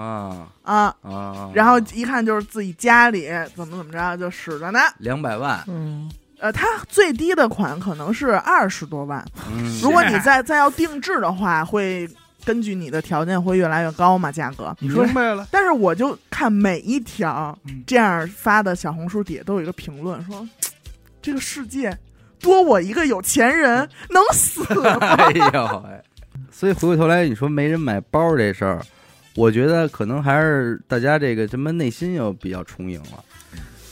C: 啊，
A: 啊，
C: 然后一看就是自己家里怎么怎么着就使着呢。
A: 两百万，
D: 嗯，
C: 呃，它最低的款可能是二十多万，
A: 嗯
C: 如果
B: 哎
C: 你再再要定制的话，会根据你的条件会越来越高嘛价格。嗯
B: 你说
D: 白了，
C: 但是我就看每一条
B: 嗯
C: 这样发的小红书底下都有一个评论说，这个世界多我一个有钱
B: 嗯
C: 人能死 吗？
A: 哎呦喂！所以回过头来，你说没人买包这事儿，我觉得可能还是大家这个什么内心又比较充盈了。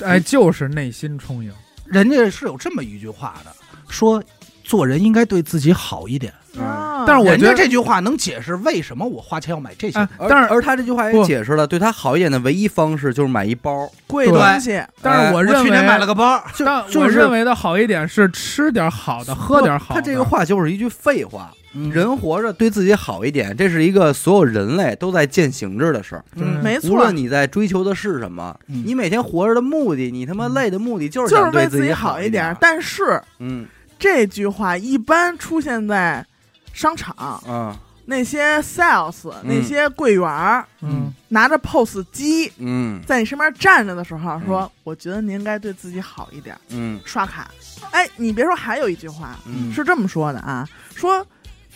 D: 哎，就是内心充盈，
B: 人家是有这么一句话的，说做人应该对自己好一点。
C: 啊
D: 但是我
B: 人
D: 觉
B: 家
D: 得
B: 这句话能解释为什么我花钱要买这些
D: 哎
B: 东
A: 但
B: 西。，
D: 但
A: 是
D: 是
A: 而他这句话也
D: 不
A: 解释了，对他好一点的唯一方式就是买一包。
C: 贵东西，
D: 但是我认为
B: 哎去年买了个包，
A: 就
D: 但
A: 就
D: 我
A: 是
D: 认为的好一点是吃点好的，喝点好
A: 他
D: 的。
A: 这个话就是一句废话。
B: 人
A: 人活着对自己好一点，这是一个所有人类都在践行着的事儿。
D: 嗯
C: 没
A: 无
C: 错
A: 论，你在追求的是什么，
B: 嗯
A: 你每天活着的目的，你他妈累的目的就是
C: 就是
A: 想
C: 为
A: 对
C: 自
A: 己
C: 己
A: 好
C: 好一
A: 点
C: 点
A: 儿。。
C: 但是
A: 嗯
C: 这句话一般出现在商场
A: 啊
C: 那些 sales 那些柜员儿
D: 嗯，
C: 拿着 POS 机。
A: 嗯
C: 在你身边站着的时
D: 嗯
C: 候，说：“我觉得你应该对自己好一点。”
A: 嗯
C: 刷卡。哎，你别说，还有一句话
A: 嗯
C: 是这么说的啊，说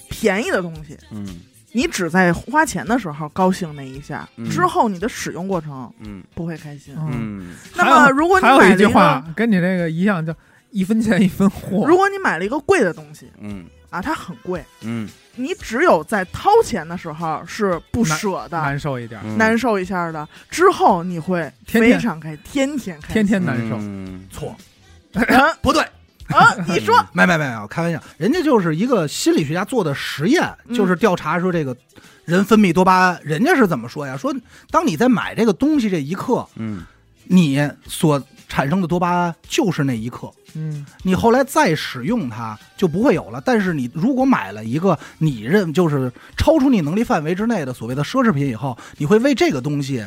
C: 便宜的东西，
A: 嗯
C: 你只在花钱的时候高兴那一下，
A: 嗯
C: 之后你的使用过程
A: 嗯
C: 不会开心。
D: 嗯
A: 嗯
C: 那
D: 还有
C: 么如果你
D: 还有
C: 买
D: 一
C: 了
D: 句
C: 个，
D: 话跟你这个一样，叫一分钱一分货。
C: 如果你买了一个贵的东西
A: 嗯
C: 啊，它很贵，
A: 嗯
C: 你只有在掏钱的时候是不舍的。
D: 难受一点，
A: 嗯，
C: 难受一下的，之后你会
D: 天天
C: 非常开，天天开心，
D: 天天难受。
A: 嗯
B: 错
C: 啊
B: 不对，
C: 啊！你说
B: 没没没有，开玩笑，人家就是一个心理学家做的实验，
C: 嗯
B: 就是调查说这个人分泌多巴胺，人家是怎么说呀？说当你在买这个东西这一刻，
A: 嗯
B: 你所产生的多巴胺就是那一刻，
D: 嗯，
B: 你后来再使用它就不会有了。但是你如果买了一个你认就是超出你能力范围之内的所谓的奢侈品以后，你会为这个东西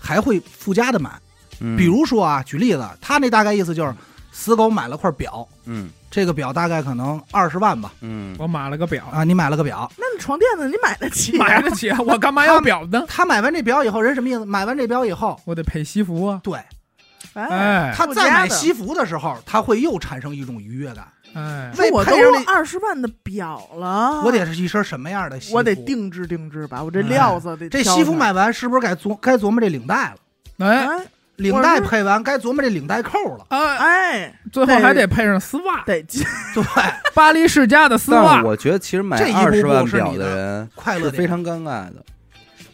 B: 还会附加的买。
A: 嗯，
B: 比如说啊，举例子，他那大概意思就是死狗买了块表，
A: 嗯
B: 这个表大概可能二十万吧。
A: 嗯
D: 我买了个表，
B: 啊，你买了个表，
C: 那你床垫子你买得起啊？
D: 买得起，我干嘛要表呢？
B: 他买完这表以后，人什么意思？买完这表以后，
D: 我得配西服啊！
B: 对
C: 哎，
D: 哎
B: 他
C: 附
B: 再
C: 加
B: 买
C: 的啊
B: 西服的时候，他会又产生一种愉悦感。
D: 哎，
B: 为
C: 我
B: 配
C: 都
B: 上那
C: 二十万的表了，
B: 我得是一身什么样的西服？
C: 我得定制定制吧，我这料子得
B: 这
C: 挑
B: 西服
C: 上
B: 买完是不是该琢该琢磨这领带了？
D: 哎
C: 哎
B: 领带配完该琢磨这领带扣了。
D: 哎，
C: 哎
D: 最后还得配上丝袜，
C: 得进
B: 对，
D: 巴黎世家的丝袜
A: 但。我觉得其实买
B: 这一步
A: 二十万
B: 步是
A: 表
B: 你
A: 的
B: 的
A: 人
B: 快乐
A: 是
B: 点
A: 非常尴尬的。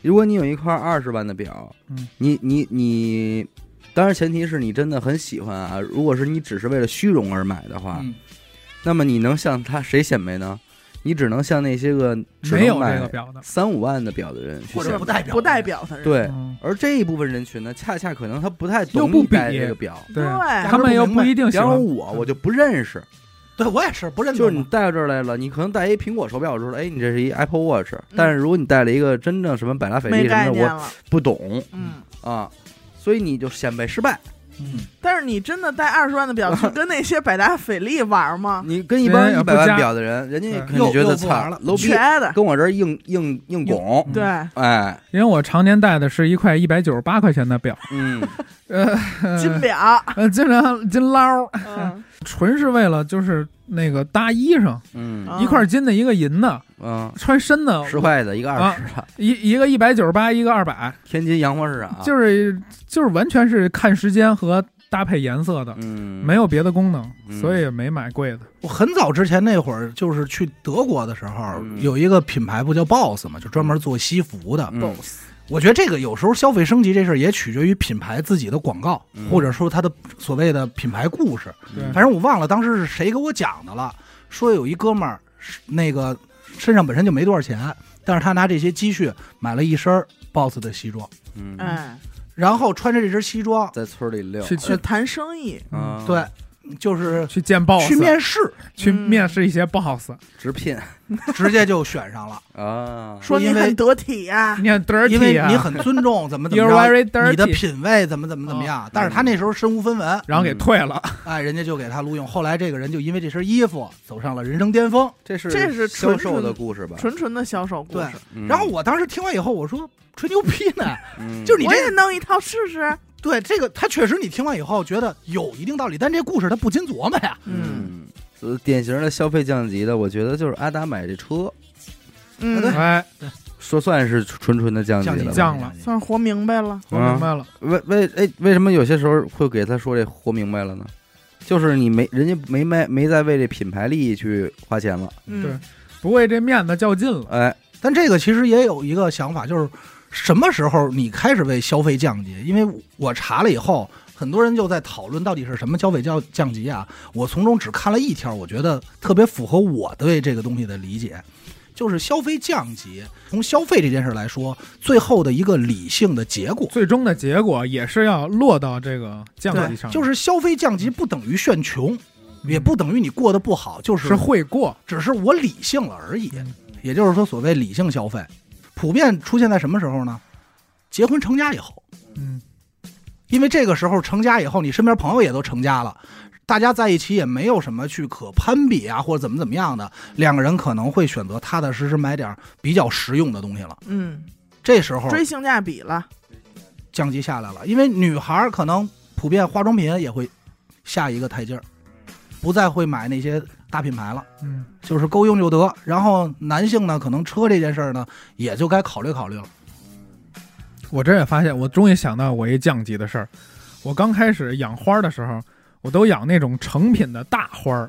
A: 如果你有一块二十万的表
D: 嗯，
A: 你你你，当然前提是你真的很喜欢啊。如果是你只是为了虚荣而买的话，
B: 嗯，
A: 那么你能向他谁显摆呢？你只能向那些个只
D: 没有
A: 能
D: 这个
A: 买
D: 表的，
A: 三五万的表的人去
B: 或
A: 显摆
B: 者不。代表
C: 不代表的人，
A: 对，
D: 嗯
A: 而这一部分人群呢，恰恰可能他不太
D: 又
A: 懂
D: 不
A: 你戴
D: 比
A: 这个表。
D: 对，
C: 对
D: 他们又不一 定
A: 比
D: 喜
A: 方说
D: 欢。
A: 我，我就不认识，
B: 对我也是不认
A: 就是你
B: 同。
A: 带到这儿来了，你可能带一苹果手表，我知道，哎，你这是一 Apple Watch，但是如果你带了一个真正什么百达翡
C: 没
A: 丽什
C: 概
A: 么
C: 念
A: 的，我
C: 了，
A: 不懂
C: 嗯，
A: 啊，所以你就显摆失败。
B: 嗯，
C: 但是你真的带二十万的 表去跟那些百达翡丽玩吗？
A: 你跟一帮
D: 人
A: 一
D: 家不
A: 百万
D: 加
A: 表的人，人家
D: 对
A: 肯定
B: 又
A: 觉
B: 又
A: 得
B: 不
A: 操
B: 嗯玩了
A: 楼逼
C: 缺，的，
A: 跟我这儿硬硬硬拱，
C: 嗯对，
A: 哎，
D: 因为我常年戴的是一块一百九十八块钱的表，
A: 嗯，
D: 呃，
C: 金 表，
D: 呃，金常金捞儿，
C: 嗯，
D: 纯是为了就是那个搭衣裳，
A: 嗯
C: 啊
D: 一块金的，一个银的，
A: 嗯，
D: 穿深的，
A: 十块的一个二十的，
D: 一一个一百九十八，一个二百，
B: 啊
A: 天津洋货市场，
D: 就是就是完全是看时间和搭配颜色的，
A: 嗯，
D: 没有别的功能，
A: 嗯
D: 所以也没买贵的。
B: 我很早之前那会儿就是去德国的时候，
A: 嗯
B: 有一个品牌不叫 BOSS 嘛，就专门做西服的。
A: 嗯
C: boss
B: 我觉得这个有时候消费升级这事儿也取决于品牌自己的广告，
A: 嗯
B: 或者说它的所谓的品牌故事。
A: 对
B: 反正我忘了当时是谁给我讲的了，说有一哥们儿是那个身上本身就没多少钱，但是他拿这些积蓄买了一身儿 BOSS 的西装，
A: 嗯，
C: 哎，
B: 然后穿着这身西装，
A: 在村里溜，嗯
D: 去
C: 呃
D: 去
C: 谈生意，
A: 啊，
B: 对，就是
D: 嗯去见 boss，
B: 去面试，
D: 去
C: 嗯
D: 面试一些 boss。
A: 直聘
B: 直接就选上了，
A: 啊，
C: 说你
B: 因为
C: 很得体呀，
D: 你很 dirty，
B: 因为
D: 啊
B: 你很尊重，怎么怎
D: You're
B: 么
D: very
B: 着，你
D: dirty 哦
B: 的
D: 嗯
B: 品味怎么怎么怎么样。但是他那时候身无分文，
D: 然后给退 了。
B: 哎，人家就给他录用。后来这个人就因为这身衣服走上了人生巅峰。
A: 这是
C: 这是
A: 销
C: 纯
A: 售的故事吧？
C: 纯纯的销售故
B: 对
C: 事。
A: 嗯
B: 然后我当时听完以后，我说吹牛逼呢，
A: 嗯
B: 就是你
C: 我
B: 这
C: 也弄一套试试。
B: 对这个，他确实你听完以后觉得有一定道理，但这故事他不禁琢磨呀。
C: 嗯
A: 嗯，呃典型的消费降级的，我觉得就是阿达买这车，
C: 嗯，
D: 哎，
A: 说算是纯嗯纯的降级
B: 降
A: 了
B: 级
A: 吧。嗯
D: 降了
C: 算是活明白了。
D: 我明白了，
A: 为为哎，为什么有些时候会给他说这活明白了呢？就是你没人家没卖没在为这品牌利益去花钱了，
C: 嗯，
D: 对不为这面子较劲了。
A: 哎，
B: 但这个其实也有一个想法，就是什么时候你开始为消费降级？因为我查了以后，很多人就在讨论到底是什么消费降降级啊。我从中只看了一条，我觉得特别符合我对这个东西的理解，就是消费降级。从消费这件事来说，最后的一个理性的结果。
D: 最终的结果也是要落到这个降级上面，
B: 就是消费降级不等于炫穷，也不等于你过得不好，就是
D: 是会过。
B: 只是我理性了而已
D: 嗯。
B: 也就是说，所谓理性消费，普遍出现在什么时候呢？结婚成家以后，
D: 嗯，
B: 因为这个时候成家以后，你身边朋友也都成家了，大家在一起也没有什么去可攀比啊，或者怎么怎么样的，两个人可能会选择踏踏实实买点比较实用的东西了。
C: 嗯，
B: 这时
D: 哦
B: 候
C: 追性价比了。
B: 降级下来了，因为女孩儿可能普遍化妆品也会下一个台阶儿，不再会买那些大品牌了。
D: 嗯，
B: 就是够用就得。然后男性呢，可能车这件事儿呢，也就该考虑考虑了。
D: 我这也发现，我终于想到我一降级的事儿。我刚开始养花的时候，我都养那种成品的大花儿，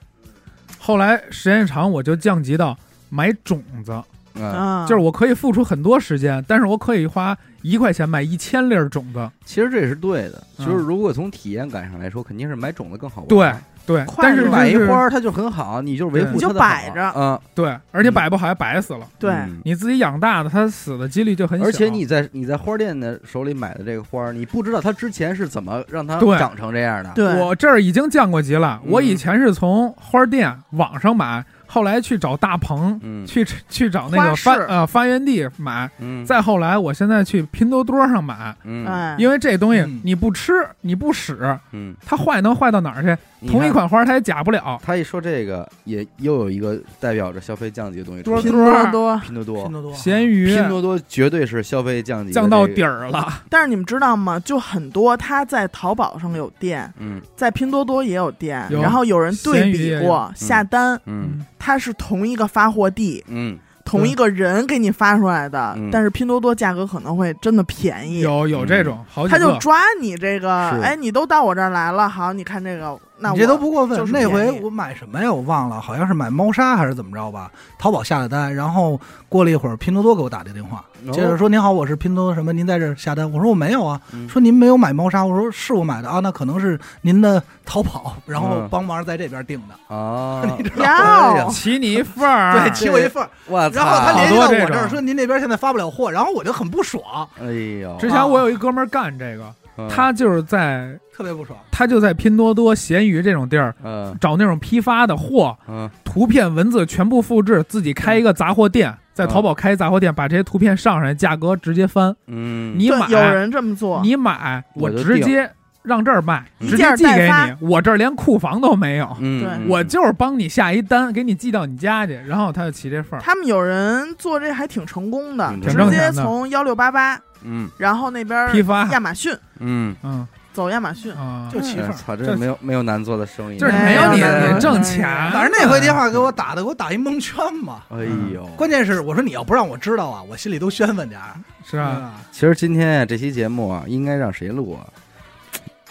D: 后来时间长，我就降级到买种子，
A: 嗯，
C: 嗯，
D: 就是我可以付出很多时间，但是我可以花一块钱买一千粒儿种子。
A: 其实这也是对的，
D: 嗯
A: 就是如果从体验感上来说，肯定是买种子更好玩。
D: 对对，
C: 快
D: 但是
A: 你
D: 就
C: 乐
A: 买一
D: 是
A: 花儿它就很好，你就是维护它的
D: 对
C: 你就摆着
A: 好嗯，
D: 对，而且摆不好还摆死了。
C: 对，
A: 嗯
D: 你自己养大的，它死的几率就很小。
A: 而且你在你在花店的手里买的这个花儿，你不知道它之前是怎么让它
D: 对
A: 长成这样的。，
C: 对，
D: 我这儿已经降过级了。
A: 嗯
D: 我以前是从花店网上买，后来去找大棚，
A: 嗯
D: 去去找那个
C: 花
D: 发
C: 市
D: 呃发源地买。
A: 嗯，
D: 再后来，我现在去拼多多上买，
A: 嗯
C: 哎，
D: 因为这东西
B: 嗯
D: 你不吃，你不使，
A: 嗯，
D: 它坏能坏到哪儿去？
A: 你
D: 同一
A: 看
D: 款花它也假不了。
A: 他一说这个，也又有一个代表着消费降级的东西出
D: 多
A: 现，
D: 多
C: 拼多多。
A: 拼多多
B: 拼，多多
D: 咸鱼
A: 拼多多绝对是消费降级的
D: 降到
A: 这个
D: 底，儿了，
C: 但是你们知道吗？就很多它在淘宝上有店，
A: 嗯
C: 在拼多多也有店，
D: 有
C: 然后有人对
D: 闲鱼
C: 比
D: 也
C: 过
D: 有
C: 下单，
A: 嗯
C: 它是同一个发货地。
A: 嗯
C: 同一个人给你发出来的，
A: 嗯
C: 但是拼多多价格可能会真的便宜，
D: 有有这种好几
C: 他
D: 个。
C: 就抓你这个
A: 是，
C: 哎，你都到我这儿来了，好，你看这个，那我
B: 你这都不过分
C: 就。是
B: 那
C: 便宜
B: 回我买什么呀？我忘了，好像是买猫砂还是怎么着吧。淘宝下的单，然后过了一会儿，拼多多给我打的电话，
A: 哦
B: 接着说：“您好，我是拼多多什么？您在这儿下单？”我说：“我没有啊。
A: 嗯”
B: 说：“您没有买猫砂？”我说：“是我买的啊，那可能是您的淘宝，然后
A: 嗯
B: 帮忙在这边 订的。
A: 啊，哎
B: 哦
A: 呀
C: 要，
D: 骑你一份儿，
B: 对，寄我一份儿。
A: 我
B: 然后他
A: 操
D: 连
B: 联系
D: 好
B: 到
D: 多这
B: 我这儿
D: 种
B: 说：“您那边现在发不了货。”然后我就很不爽，
A: 哎呦，
D: 之前我有一哥们儿干这个，
A: 嗯
D: 他就是在
B: 特别不爽。
D: 他就在拼多多、闲鱼这种地儿
A: 嗯
D: 找那种批发的货，
A: 嗯
D: 图片、文字全部复制，自己开一个杂货店，在
A: 嗯
D: 淘宝开一杂货店，把这些图片上上来，价格直接翻。
A: 嗯，
D: 你
C: 对，有
D: 买，
C: 人这么做，
D: 你买，
A: 我
D: 我
A: 就
D: 直接让这儿卖，
A: 嗯
D: 直接寄给你，我这儿连库房都没有，
A: 嗯，
C: 对
A: 嗯
D: 我就是帮你下一单，给你寄到你家去，然后他就骑这份儿。
C: 他们有人做这还挺成功的，
A: 挺
C: 直
A: 挣
D: 钱
C: 接
D: 的
C: 从幺六八八，
A: 嗯
C: 然后那边儿
D: 批发
C: 亚马逊
A: 嗯，
D: 嗯
C: 走亚马逊，
D: 啊，
B: 就媳妇
A: 哎
B: 儿。
A: 操，这没有没有难做的生意，
D: 就是
C: 哎
D: 没有你
C: 呀
D: 你挣钱。
B: 嗯
D: 啊
B: 反正那回电话给我打的，给我打一蒙圈嘛。
A: 哎呦，
B: 关键是我说你要不让我知道啊，我心里都宣愤点儿。嗯
D: 是啊，
B: 吧？
A: 其实今天啊这期节目啊，应该让谁录啊？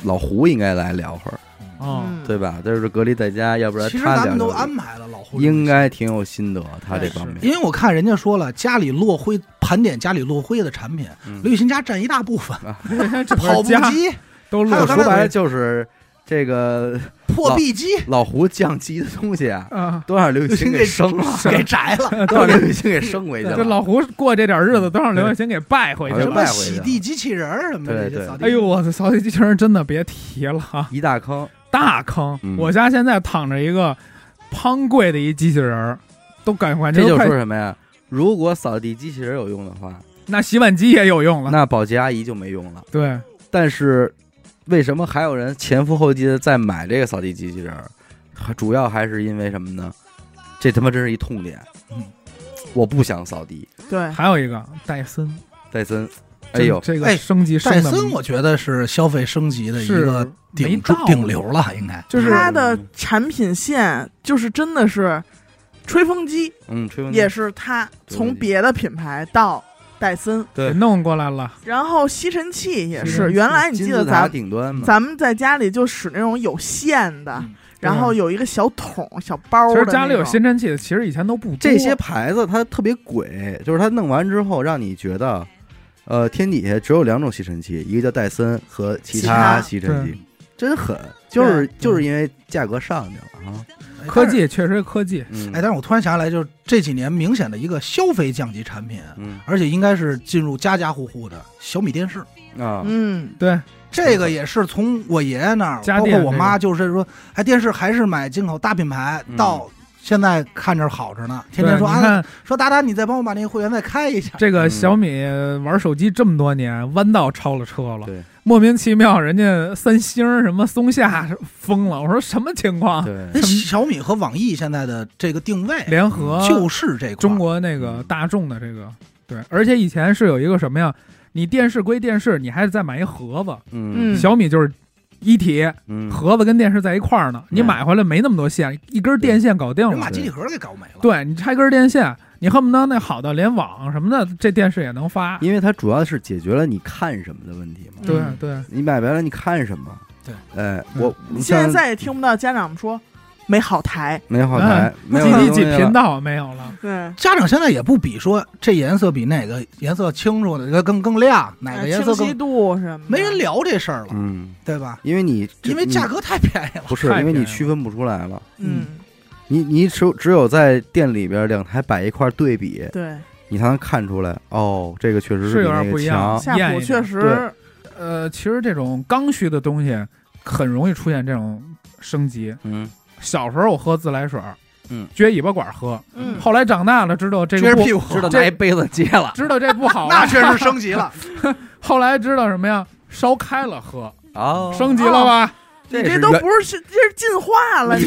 A: 老胡应该来聊会儿，
D: 哦，
C: 嗯，
A: 对吧？就是隔离在家，要不然
B: 其实
A: 他
B: 咱
A: 聊
B: 们都
A: 聊。
B: 安排了，老胡
A: 应，该挺有心得，他这方
B: 因
A: 面。
B: 为我看人家说了，家里落灰盘点家里落灰的产品，
A: 嗯
B: 刘雨欣家占一大部分，
D: 这不是
B: 跑步
D: 家
B: 机、
D: 都
B: 还
D: 落
B: 有
A: 嗯说
B: 刚才
A: 白了就是这个
B: 破壁机
A: 老胡降级的东西啊，
D: 啊，
A: 都让刘雨欣给生了，
B: 给 摘了，
A: 都让刘雨欣给生回去
D: 这
A: 了。
D: 老胡过这点
A: 嗯
D: 日子都让刘雨欣给败回去
A: 哎
B: 什
A: 呦
D: 了。
B: 么
A: 卖回去
B: 洗地机器人儿什么的
A: 对
B: 这些扫地。
D: 哎呦，，我操！扫地机器人真的别提了啊，
A: 一大坑，
D: 大坑
A: 嗯！
D: 我家现在躺着一个胖贵的一机器人儿，都感觉
A: 这就
D: 快
A: 说什么呀？如果扫地机器人有用的话，
D: 那洗碗机也有用了。
A: 那保洁阿姨就没用了。
D: 对，
A: 但是为什么还有人前赴后继的在买这个扫地机器人儿？还主要还是因为什么呢？这他妈真是一痛点。
B: 嗯，
A: 我不想扫地。
C: 对，
D: 还有一个戴森，
A: 戴森，哎
D: 真
A: 呦，
D: 这
B: 哎
D: 个升级升
B: 戴
D: 的
B: 森我觉得是消费升级的一个
D: 是没
B: 顶
D: 道理
B: 顶流了，应该。
D: 就是
C: 它的产品线就是真的是吹风机
A: 嗯，吹风机
C: 也是它
A: 对
C: 从别的品牌到戴森，
A: 对
D: 给弄过来了。
C: 然后吸尘器
D: 吸
C: 也
D: 尘
C: 是，
D: 器
C: 原来你
A: 金
C: 记
A: 字
C: 得
A: 塔
C: 咱
A: 顶端
D: 嗯
A: 嘛，
C: 咱们在家里就使那种有线的
B: 嗯，
C: 然后有一个小桶、小包
D: 其
C: 的
D: 实
C: 那
D: 家里有
C: 种
D: 吸尘器的，其实以前都不多
A: 这些牌子它特别鬼，就是它弄完之后让你觉得，呃，天底下只有两种吸尘器，一个叫戴森和其他嗯吸
D: 其他
A: 尘器，真狠，就是就是因为价格上去了啊。
B: 哎
D: 科，技确实科技，
A: 嗯
B: 但是哎，但是我突然想起来，就是这几年明显的一个消费降级产品，
A: 嗯
B: 而且应该是进入家家户户的小米电视。
A: 啊，
C: 嗯，
D: 对，
B: 这个也是从我爷爷那儿，
D: 家
B: 包括
D: 电
B: 我妈，就是说，哎，电视还是买进口大品牌，
A: 嗯
B: 到现在看着好着呢，天天
D: 对
B: 说
D: 你
B: 啊，
D: 看
B: 说达达，你再帮我把那个会员再 开一下。
D: 这个
A: 嗯
D: 小米玩手机这么多年，弯道超了车了
A: 对，
D: 莫名其妙人家三星儿什么松下疯了，我说什么情况？
A: 对
B: 那小米和网易现在的这个定位
D: 联合
B: 就是这块儿
D: 中国那
A: 嗯
D: 个大众的这个对，而且以前是有一个什么呀？你电视归电视，你还得再买一盒子，
A: 嗯
C: 嗯
D: 小米就是。一体
A: 嗯，
D: 盒子跟电视在一块儿呢，你
A: 嗯
D: 买回来没那么多线，一根电线搞定
B: 人
D: 了
B: 把。机体盒给搞没了。，
D: 对你拆根电线，你恨不得那好的连网什么的，这电视也能发。
A: 因为它主要是解决了你看什么的问题嘛。
D: 对
C: 嗯
D: 对，
A: 你买白了，你看什么？
B: 对，
A: 哎，我你
C: 现在
A: 像
C: 再也听不到家长们说没好台，
A: 没好台，没有
D: 几
A: 好
D: 几
A: 东
D: 几
A: 西了
D: 频道没有了，
C: 对，
B: 家长现在也不比说这颜色比哪个颜色清楚，哪个更更亮，哪
D: 哎
B: 个颜色
C: 清晰
B: 更
C: 度什么的，
B: 没人聊这事儿了，
A: 嗯，
B: 对吧？
A: 因为你
D: 嗯
B: 因为
A: 你
B: 价格太便宜了。
A: 不是
D: 太
A: 因为
D: 便宜
A: 你
D: 了
A: 区分不出来了。
C: 嗯，
A: 你你只有只有在店里边两台摆一块儿对比，
C: 对，
A: 你才能看出来哦，这个确实
D: 是
A: 比
D: 有点
A: 那个
D: 不一样
A: 强。
C: 夏
D: 验
C: 普
D: 一
C: 确
D: 点
C: 实嗯
A: 对，
D: 呃，其实这种刚需的东西很容易出现这种升级。
A: 嗯
D: 小时候我喝自来水，
A: 嗯，
D: 撅尾巴管喝，
C: 嗯，
D: 后来长大了知道这
B: 撅
D: 个
B: 着
D: 不
B: 屁股，哎
D: 这
A: 杯子接了，
D: 知 道这不好
B: 那
D: 了，
B: 确实升级了。
D: 后来知道什么呀？烧开了喝，
A: 哦，
D: 升级了吧？
C: 你
A: 是
C: 这都
A: 原
C: 不是这是进化了，你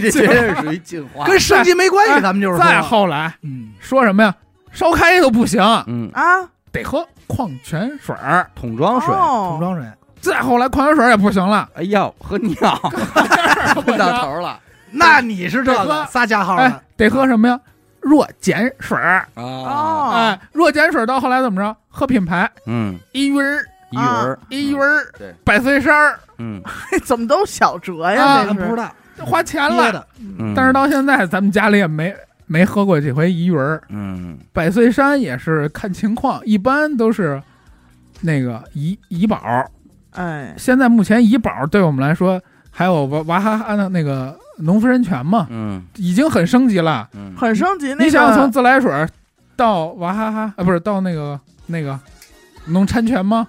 A: 你 这这是属于进化。
B: 跟升级没关系，
D: 哎
B: 咱们就是说
D: 再后来
B: 嗯，
D: 说什么呀？烧开都不行，
A: 嗯，
C: 啊，
D: 得喝矿泉水儿。
A: 桶装水，
B: 桶
C: 哦，
B: 装水，
D: 再后来矿泉水儿也不行 了，哎
A: 哎呦，喝尿
D: 不
A: 喝
D: 行
A: 到头了
B: 那你是这
D: 得
B: 个
D: 喝
B: 仨加号
D: 哎
B: 的，，
D: 得喝什么呀？弱碱水儿，
A: 啊！
C: 哦，
D: 哎，弱碱水到后来怎么着？喝品牌，
A: 嗯，
D: 一云儿，
A: 一人
B: 嗯
A: 儿
D: 啊一云，儿，
A: 对
D: 百岁山儿，
A: 嗯
C: 怎么都小折
D: 啊哎
C: 呀？这
B: 咱
C: 哎是
B: 不知道
D: 花钱
B: 憋
D: 了。
B: 的。
A: 嗯，
D: 但是到现在，咱们家里也没没喝过几回一云儿，
A: 嗯
D: 百岁山也是看情况，一般都是那个怡怡宝。
C: 哎，
D: 现在目前怡宝对我们来说，还有娃娃哈哈的那个农夫山泉嘛，
A: 嗯
D: 已经很升级了。
A: 嗯，
C: 很升级。那
D: 你想想，
C: 个
D: 从自来水儿到娃哈哈啊，不是到那个那个农山泉吗？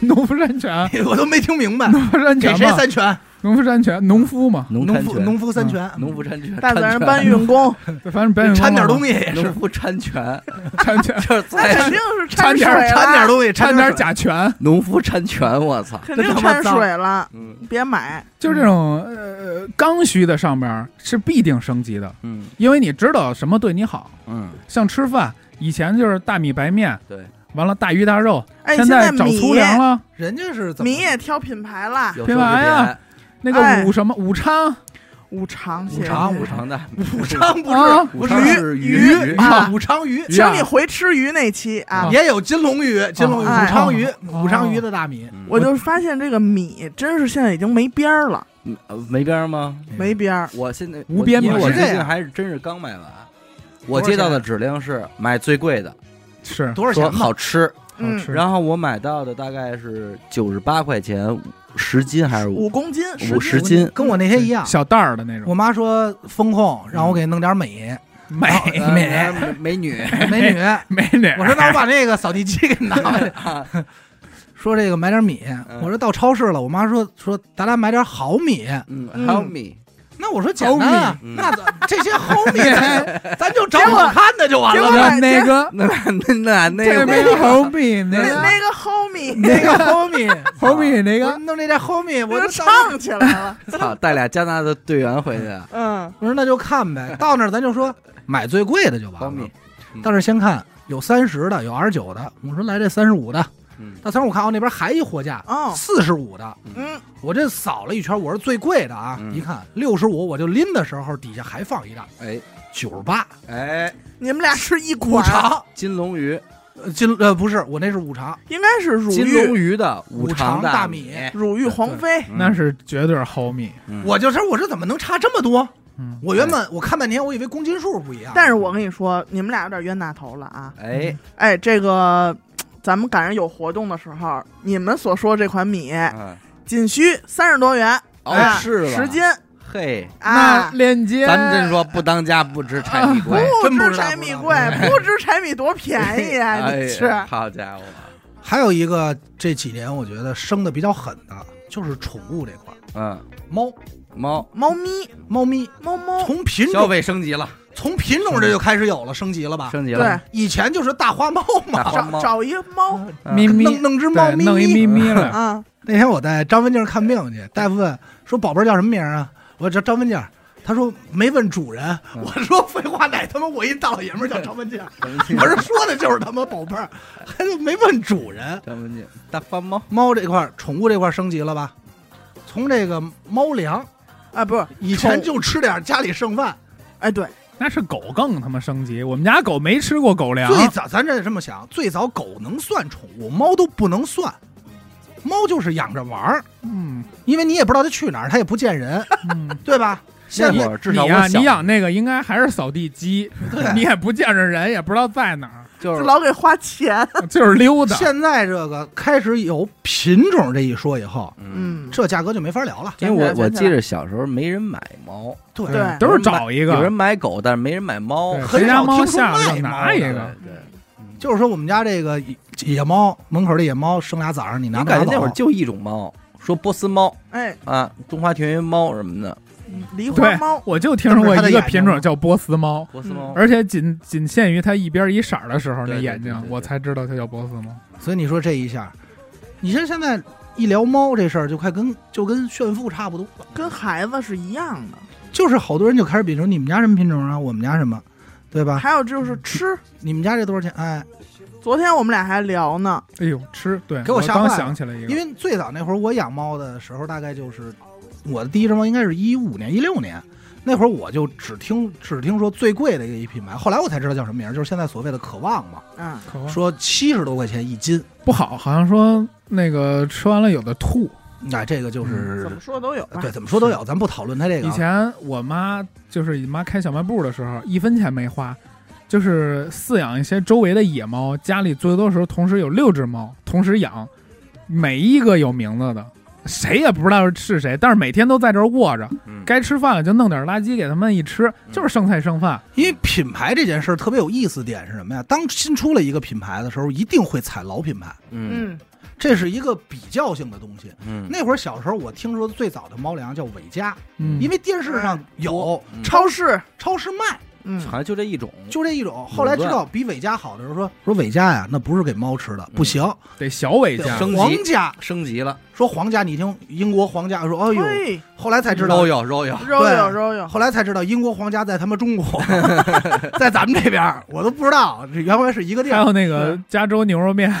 D: 农夫山泉，
B: 我都没听明白，
D: 农夫山
B: 给
D: 泉
B: 谁
D: 吗？
B: 三拳？
D: 农夫山泉，农夫嘛，
A: 农
B: 农
A: 山
B: 夫
A: 泉，
B: 农夫山泉，
A: 农夫山泉，
C: 大自然
A: 山
C: 搬 运工，
D: 对反正白
B: 掺点
D: 西，
B: 东西也是
A: 农，夫山 泉，
D: 掺点
A: 就是
C: 那肯
A: 在
C: 定是
D: 掺
C: 水
D: 点儿
C: 了，
B: 掺点东西，
D: 掺
B: 点
D: 点甲醛，
A: 农夫山泉，我操，
C: 肯
B: 真
C: 定
B: 他妈
C: 掺
B: 脏
C: 水了，
A: 嗯
C: 别买。
D: 就这种呃刚需的上面是必定升级的，
A: 嗯
D: 因为你知道什么对你好，
A: 嗯，
D: 像吃饭以前就是大米白面，
A: 对，
D: 完了大鱼大肉，
C: 哎，
D: 现
C: 在
D: 找
C: 米
D: 粗粮了，
B: 人家是怎么
C: 米也挑品牌啦，
A: 有
D: 别
A: 收
D: 玩
A: 拾
D: 呀
A: 点
D: 那
C: 哎
D: 个五什么五昌
C: 五常
B: 五
C: 蟹，
B: 常
A: 五常大米，
B: 武昌不是
D: 啊
A: 五
B: 不是
A: 常是鱼
C: 鱼
A: 鱼
C: 啊
B: 武昌鱼，
D: 鱼啊
C: 请你回吃鱼那期啊
D: 啊，
B: 也有金龙鱼，金龙鱼
C: 哎
B: 武昌鱼，
D: 哦
B: 武昌鱼的大米，
A: 嗯
C: 我就发现这个米真是现在已经没边儿了，
A: 嗯呃没边儿吗？
B: 嗯
C: 没边儿。
A: 我现在
D: 无边
A: 我因为
D: 嘛
A: 我
B: 是这
A: 最近
B: 样
A: 还是真是刚买完，
B: 多
A: 我
B: 少
A: 接到
B: 钱
A: 的指令是买最贵的，
D: 是
B: 多少
A: 说
B: 钱啊吧？
A: 好吃，
D: 好
C: 嗯，
D: 吃，
A: 然后我买到的大概是九十八块钱十斤还是
C: 五
A: 五
C: 公斤，
A: 五十斤？
B: 跟我那天一样。
D: 小袋儿的那
B: 我
D: 种
B: 妈说风控让我给弄点美
D: 美
B: 呃美
A: 美美女，
B: 美女，
D: 美女，
B: 我说那我把那个扫地机给拿来，说这个买点米。我说到超市了，我妈说说咱俩买点好米。
A: 嗯
C: 嗯
A: 还有米，
B: 那我说简单啊，
A: 米嗯
B: 那咱这些好米咱咱就找好看的就完
C: 结
B: 了
C: 果
B: 呗。
D: 那那个
A: 那那那那
D: 这
A: 个
D: 边猴比那
C: 那
D: 个
C: 那个 homie
B: 那个 homie，
D: 猴比那
B: 我
D: 个
B: 说弄这点 homie，我
C: 我
B: 就
C: 就
B: 上
C: 唱起来了。
A: 操，带俩加拿大的队员回去，
C: 嗯，
B: 我说那就看呗，到那儿咱就说买最贵的就
A: 苞
B: 完了
A: 米。，
B: 到那儿先看有三十的，有二十九的。我说来这三十五的，
A: 嗯
B: 到三十五看哦，那边还一货架
C: 哦，
B: 四十五的。
C: 嗯，
B: 我这扫了一圈，我是最贵的啊，
A: 嗯
B: 一看六十五，我就拎的时候底下还放一大
A: 哎
B: 九十八
A: 哎，
C: 你们俩是一
B: 五
C: 股，
B: 常，
A: 金龙鱼，
B: 呃金呃不是我那是五常，
C: 应该是乳
A: 金
C: 玉
A: 龙鱼的五
B: 常大
A: 大
B: 米，
C: 乳玉皇妃，
A: 嗯
D: 那是绝对是猴米，
B: 我就说我这怎么能差这么多？
D: 嗯，
B: 我原本我看半天，我以为公斤数不一样，
C: 但是我跟你说，你们俩有点冤大头了啊！
A: 哎
C: 哎，这个咱们赶上有活动的时候，你们所说这款米
A: 嗯
C: 仅需三十多元，
A: 哦
C: 哎
A: 是了
C: 十斤
A: 嘿，
D: 那
C: 啊！
D: 链接
A: 咱们真说不当家不知柴米贵，
C: 不
B: 真不
C: 知
B: 知道
C: 柴米
B: 不知道
C: 贵，不知柴米多便宜啊！
A: 哎
C: 你
A: 呀
C: 是
A: 好家伙，
B: 还有一个这几年我觉得升的比较狠的，就是宠物这块儿，
A: 嗯，
B: 猫、
A: 猫
C: 猫咪、
B: 猫咪，
C: 猫猫，
B: 从品
A: 消
B: 种
A: 费升级了，
B: 从品种这就开始有了，升级了吧？
A: 升级
C: 对
A: 了，，
B: 以前就是大花猫
A: 大
B: 嘛，
A: 花猫
C: 找找一个猫
A: 嗯
D: 咪咪
B: 弄弄只猫
D: 对
B: 咪
D: 弄一咪咪 了，
C: 啊，
B: 那天我带张文静看病去，大夫问说：“宝贝儿叫什么名儿啊？”我说：“张文静。”他说：“没问主人。
A: 嗯
B: 我说：“废话，哪他妈我一大老爷们儿叫张文静？
A: 咱们进
B: 我说说的就是他妈宝贝儿，还就没问主人。
A: 咱们进大花猫，
B: 猫这块儿，宠物这块儿升级了吧？从这个猫粮，
C: 啊不是，
B: 以前就吃点家里剩饭。
C: 哎对，
D: 那是狗更他妈升级，我们家狗没吃过狗粮，
B: 最早咱这这么想，最早狗能算宠物，猫都不能算。猫就是养着玩儿，
D: 嗯
B: 因为你也不知道它去哪儿，它也不见人，
D: 嗯，
B: 对吧？
A: 那
B: 现
A: 会
B: 在
A: 儿至少
D: 你
A: 我
D: 啊，
A: 小
D: 你养那个应该还是扫地机，
B: 对
D: 你也不见着人，也不知道在哪儿，
A: 就是
C: 老给花钱，
D: 就是溜达。
B: 现在这个开始有品种这一说以后，
A: 嗯，
C: 嗯，
B: 这价格就没法聊了。哎
A: 因为我
C: 想起来
A: 我
C: 想起
A: 记
C: 来
A: 着小时候没人买猫，
B: 对
C: 对
D: 嗯都是找一
A: 有人
D: 个，
A: 买狗，但是没人买猫，
D: 对
B: 很
D: 谁家
B: 少
D: 猫
B: 听说
D: 下了
B: 卖
D: 就
B: 猫
D: 拿
B: 的
D: 一
A: 对
D: 个，
A: 对，嗯
B: 就是说我们家这个野猫，门口的野猫生俩崽儿，你拿
A: 我
B: 不拿
A: 感觉那
B: 走啊
A: 会儿就一种猫，说波斯猫
C: 哎，
A: 啊，中华田园猫什么的，
C: 狸花
D: 对
C: 猫，
D: 我就听说过一个品种叫波斯
B: 哦
D: 猫，
A: 波斯猫，
D: 而且仅仅限于它一边一色儿的时候那
A: 对对
D: 眼
A: 对对
D: 睛，
A: 对
D: 我才知道它叫波斯猫。
B: 所以你说这一下，你这现在一聊猫这事儿，就快跟就跟炫富差不多了。
C: 跟孩子是一样的。
B: 就是好多人就开始比说你们家什么品种啊，我们家什么，对吧？
C: 还有就是吃，
B: 你们家这多少钱？哎，
C: 昨天我们俩还聊呢，
D: 哎呦，吃对，
B: 给我
D: 我
B: 吓
D: 刚
B: 坏了
D: 想起来一个，
B: 因为最早那会儿我养猫的时候，大概就是我的第一只猫应该是一五年、一六年那会儿，我就只听只听说最贵的一品牌，后来我才知道叫什么名儿，就是现在所谓的渴望嘛，
C: 嗯，
D: 可不
B: 说七十多块钱一斤，
D: 不好，好像说那个吃完了有的吐。
B: 那这个就是啊
C: 怎嗯么说都有吧
B: 对，怎么说都有，咱不讨论它这个
D: 以
B: 啊。
D: 前我妈就是你妈开小卖部的时候，一分钱没花，就是饲养一些周围的野猫，家里最多的时候同时有六只猫，同时养，每一个有名字的，谁也不知道是谁，但是每天都在这儿卧着，
A: 嗯
D: 该吃饭了就弄点垃圾给他们一吃，就是剩菜剩饭。
B: 因为品牌这件事儿特别有意思点是什么呀？当新出了一个品牌的时候，一定会踩老品牌。
A: 嗯
C: 嗯，
B: 这是一个比较性的东西。
A: 嗯，
B: 那会儿小时候，我听说最早的猫粮叫伟嘉，
D: 嗯，
B: 因为电视上有
A: 嗯
C: 超市，
B: 超市卖，
C: 嗯，
A: 好像就这一种，
B: 就这一种。后来知道比伟嘉好的时候，说说伟嘉呀，那不是给猫吃的，不行，
D: 得小伟家
B: 得
A: 生级
B: 皇家
A: 嗯升级了，
B: 说皇家，你听英国皇家说，哎呦，
C: 嘿，
B: 后来才知道
A: 揉，悠揉悠，
C: 揉悠揉悠，
B: 后来才知道英国皇家在他们 中国， 在咱们这边儿，我都不知道，这原来是一个地
D: 还
B: 儿。
D: 有那个加州牛肉面，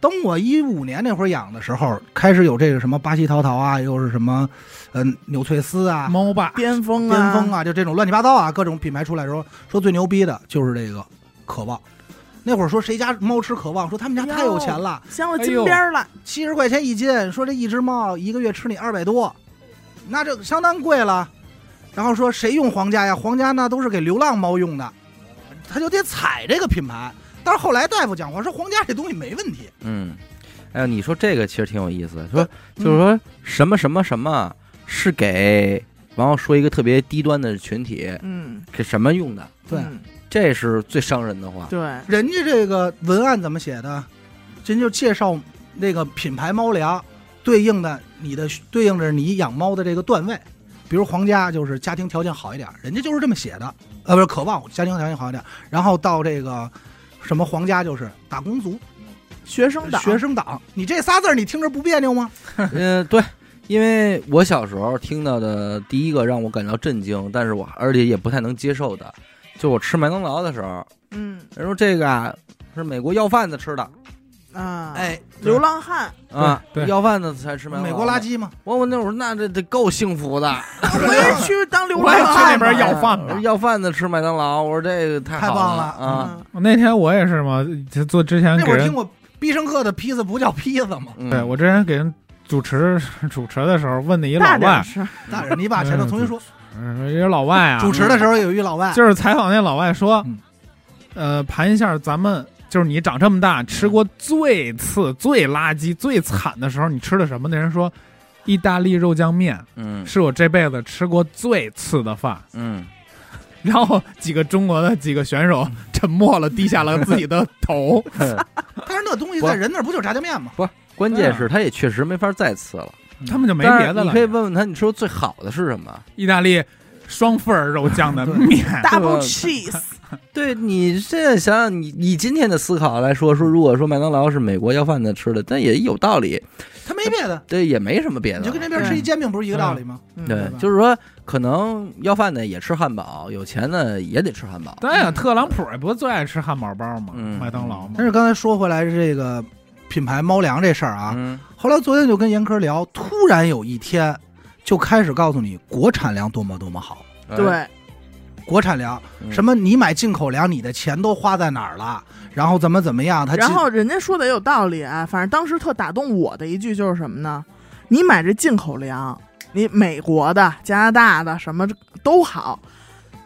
B: 等我一五年那会儿养的时候，开始有这个什么巴西桃桃啊，又是什么，嗯、纽崔斯啊。
D: 猫爸
C: 巅峰啊，
B: 巅峰，啊，就这种乱七八糟啊，各种品牌出来的时候，说最牛逼的就是这个渴望。那会儿说谁家猫吃渴望，说他们家太有钱了，
C: 镶了金边了，
B: 七十块钱一斤，说这一只猫一个月吃你二百多，那这相当贵了。然后说谁用皇家呀？皇家那都是给流浪猫用的，他就得踩这个品牌。但是后来大夫讲话说皇家这东西没问题，
A: 嗯，哎呀，你说这个其实挺有意思的，说就是说什么什么什么是给，然后说一个特别低端的群体
C: 嗯，
A: 给什么用的，
B: 对
C: 嗯
A: 这是最伤人的话，
C: 对，
B: 人家这个文案怎么写的？人就介绍那个品牌猫粮，对应的你的对应着你养猫的这个段位，比如皇家就是家庭条件好一点，人家就是这么写的，呃，不是渴望家庭条件好一点，然后到这个什么皇家就是打工族、
C: 学生党，
B: 学生党，你这仨字儿你听着不别扭吗？
A: 嗯、对。因为我小时候听到的第一个让我感到震惊，但是我而且也不太能接受的，就我吃麦当劳的时候，
C: 嗯
A: 人说这个啊是美国要贩子吃的
C: 啊，，
B: 哎，
C: 流浪汉，
A: 啊，
D: 对对
A: 要贩子才吃麦当劳。
B: 美国 垃。圾嘛，
A: 我我那会儿那这得够幸福的，
C: 我也 去当流
D: 我也去
C: 浪
D: 那
C: 汉吧，
D: 边要饭
A: 我
D: 了
A: 说。要饭的吃麦当劳，我说这个太
B: 太
A: 好
B: 棒
A: 了
B: 了
A: 啊！
C: 嗯，
D: 我那天我也是嘛，就做之前
B: 那
D: 给
B: 会儿
D: 人
B: 听过必胜客的披萨不叫披萨 吗？
A: 嗯
D: 对我之前给人主持主持的时候问的一
C: 大
D: 老
C: 点
D: 外，
C: 声，
B: 大人，你把前头重新说。
D: 嗯，一个老外啊，
B: 主持的时候有一老外，
A: 啊
D: 就是采访那老外说
B: 嗯，
D: 呃，盘一下咱们就是你长这么大吃过最次、最垃圾、最惨的时候，你吃的什么？那人说，意大利肉酱面
A: 嗯
D: 是我这辈子吃过最次的饭。
A: 嗯，
D: 然后几个中国的几个选手沉默了，低下了自己的 头。
B: 但是那东西
A: 我
B: 在人那儿不就是炸酱面吗？
A: 关键是他也确实没法再次了，
D: 他们就没
A: 但是
D: 别的
A: 你可以
D: 了。
A: 问问他，你说最好的是什么？
D: 意大利双份儿肉 酱的面，
C: ，double cheese，
A: 对你现在想想，你以今天的思考来说，说如果说麦当劳是美国要饭的吃的，但也有道理，
B: 他没别的，
A: 对，也没什么别的。
B: 你就跟那边吃一煎饼不是一个道理吗？
C: 嗯
A: 对
B: 对，吧
A: 就是说，可能要饭的也吃汉堡，有钱的也得吃汉堡。
D: 对呀，特朗普也不是最爱吃汉堡包吗？
A: 嗯
D: 麦当劳吗？
B: 但是刚才说回来这个品牌猫粮这事儿啊，
A: 嗯
B: 后来昨天就跟严科聊，突然有一天就开始告诉你国产粮多么多么好，
A: 哎
C: 对，
B: 国产粮
A: 嗯
B: 什么你买进口粮，你的钱都花在哪儿了，然后怎么怎么样，他
C: 然后人家说的也有道理啊，反正当时特打动我的一句就是什么呢？你买这进口粮，你美国的、加拿大的什么都好，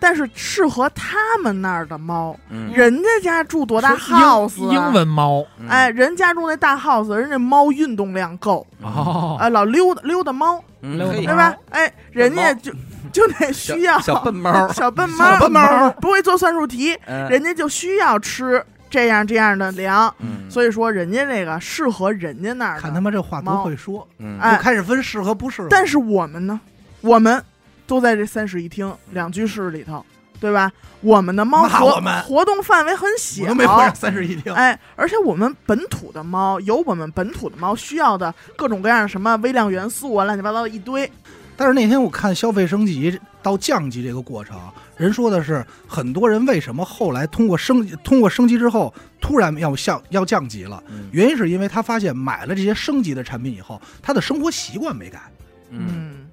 C: 但是适合他们那儿的猫，
A: 嗯
C: 人家家住多大
D: 说英
C: house，啊
D: 英，文猫
A: 嗯
C: 哎，人家住那大 house，人家猫运动量够，
D: 哦，
C: 啊，老溜达溜达猫，
A: 嗯
D: 溜达
A: 可以
C: 对吧？哎，人家
A: 猫
C: 就就得需要
A: 小小笨猫
C: 小笨猫，
B: 小笨猫吗
C: 不会做算术题，
B: 哎
A: 嗯
C: 人家就需要吃这样这样的粮，
A: 嗯
C: 所以说人家这个适合人家那儿
B: 看他
C: 的。
B: 妈这话多会说，
A: 嗯
C: 哎
B: 就开始分适合不适合。
C: 但是我们呢，我们都在这三室一厅两居室里头，对吧？我们的猫
B: 骂
C: 活
B: 我们
C: 活动范围很小
B: 我，都没回上三室一厅，
C: 哎，而且我们本土的猫有我们本土的猫需要的各种各样的什么微量元素啊，乱七八糟的一堆。
B: 但是那天我看消费升级到降级这个过程，人说的是很多人为什么后来通过升级通过升级之后突然要降要降级了，
A: 嗯
B: 原因是因为他发现买了这些升级的产品以后，他的生活习惯没改。
A: 嗯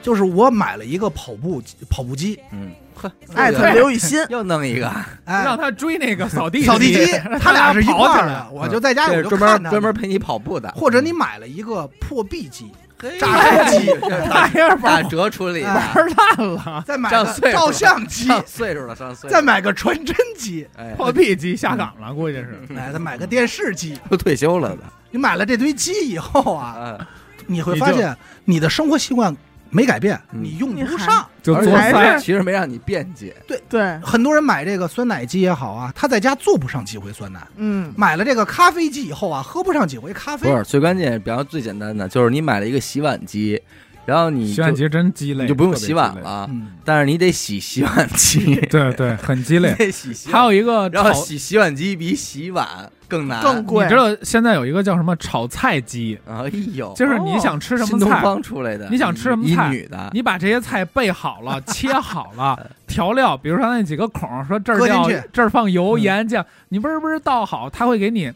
B: 就是我买了一个跑步跑步机，
A: 嗯，呵，
C: 艾
A: 这
C: 特
A: 个
C: 刘雨欣，
A: 又弄一个，
B: 哎
D: 让，他追那个扫 地
B: 扫地机，他俩是一块
D: 跑起
B: 儿
D: 来
B: 的。。我就在家
A: 这
B: 我
A: 是
B: 就
A: 专
B: 看
A: 门
B: 他
A: 专
B: 们，
A: 门陪你跑步的，嗯
B: 或者你买了一个破 壁机，
A: 嘿
B: 榨菜机，
D: 大爷
A: 打
D: 把
A: 折处理的，
B: 哎
D: 玩烂 了，
B: 再 买
A: 上
B: 个
A: 岁数
B: 照 相机，
A: 上岁数了，上岁数
B: 再
A: 了，
B: 买个传真机，
A: 哎，
D: 破壁机下岗了，估计是。
B: 哎，再买个电视机。
A: 都退休了的
B: 你买了这堆鸡以后啊，
A: 啊，
B: 你会发现你的生活习惯没改变，
A: 嗯
B: 你用
C: 你
B: 不
C: 还
B: 上。
D: 就
A: 而
D: 做
A: 且
C: 还
D: 菜
C: 是
A: 其实没让你辩解，
C: 对，
B: 很多人买这个酸奶机也好啊，他在家做不上几回酸奶，
C: 嗯，
B: 买了这个咖啡机以后啊，喝不上几回咖啡
A: 不。是最关键，比方最简单的就是你买了一个洗碗机，然后你
D: 洗碗
A: 就
D: 机真鸡肋，
A: 你就不用
D: 特别
A: 洗碗
D: 鸡肋。
A: 了，
B: 嗯，
A: 但是你得洗洗碗机，。
D: 对对，很鸡肋
A: 得洗洗碗
D: 还有一个
A: 然后
D: 炒，
A: 洗洗碗机比洗碗更难，
C: 更贵
D: 你知。道现在有一个叫什么炒菜机，
A: 哎呦，
D: 就是你想吃什
A: 新
D: 么
A: 东
D: 菜，
A: 方出来的，
D: 你想吃什么
A: 一
D: 菜
A: 女的，
D: 你把这些菜备好了，切好 了，调料，比如说那几个孔儿，说这儿
B: 搁进
D: 要
B: 去
D: 这儿放油、
B: 嗯
D: 盐、酱，你不是不是倒好，他会给你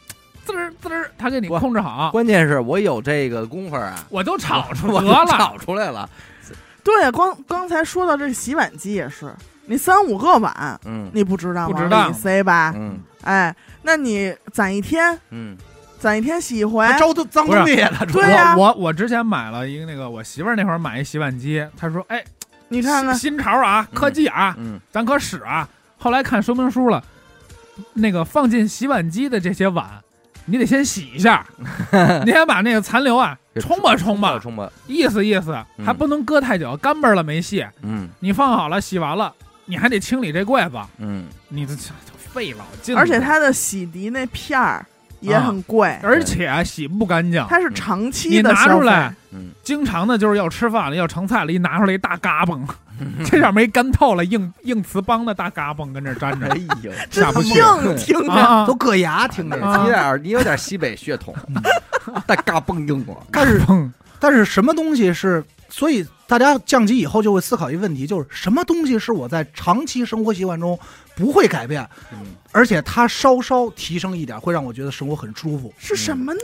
D: 滋儿滋儿，他给你
A: 不
D: 控制好。
A: 关键是我有这个功夫啊，
D: 我都炒出
A: 我
D: 得
A: 都
D: 了，
A: 炒出来了，
C: 对，啊光刚才说到这洗碗机也是，你三五个碗，
A: 嗯
C: 你不知道
D: 不
C: 往
D: 知
C: 里
D: 道
C: 塞吧？
A: 嗯
C: 哎，那你攒一天，
A: 嗯，
C: 攒一天洗一回，
B: 他招的脏
D: 不是
B: 东西了，主
C: 对啊呀
D: 我我我之前买了一个那个，我媳妇儿那会儿买一洗碗机，她说：“哎，
C: 你看看
D: 新，新潮啊，
A: 嗯
D: 科技啊，
A: 嗯
D: 咱可使啊。”后来看说明书了，那个放进洗碗机的这些碗，你得先洗 一下，你先把那个残留啊
A: 给
D: 冲吧冲吧，
A: 冲吧，
D: 意思意思，
A: 嗯
D: 还不能搁太久，干巴了没戏。
A: 嗯
D: 你放好了，洗完了，你还得清理这柜子，
A: 嗯，
D: 你这 这这费老劲了。
C: 而且它的洗涤那片儿也很贵，
D: 而且啊洗不干净，
C: 它是长期
D: 嗯你
C: 的
D: 拿
C: 消
D: 出
C: 费
D: 来，
A: 嗯，
D: 经常的就是要吃饭了，要盛菜了，一拿出来一大嘎嘣，这点没干透了，硬硬瓷帮的大嘎嘣跟这粘
A: 哎
D: 着
A: 呦。
C: 真
D: 下不去
C: 硬听着。
D: 啊
B: 都，硌牙，听
A: 你
B: 着。
D: 啊
A: 有点，你有点西北血统， 但嘎嘣硬过。
B: 但是
D: 砰，
B: 但是什么东西是？所以大家降级以后就会思考一个问题，就是什么东西是我在长期生活习惯中不会改变，
A: 嗯
B: 而且它稍稍提升一点，会让我觉得生活很舒服。
C: 是什么呢？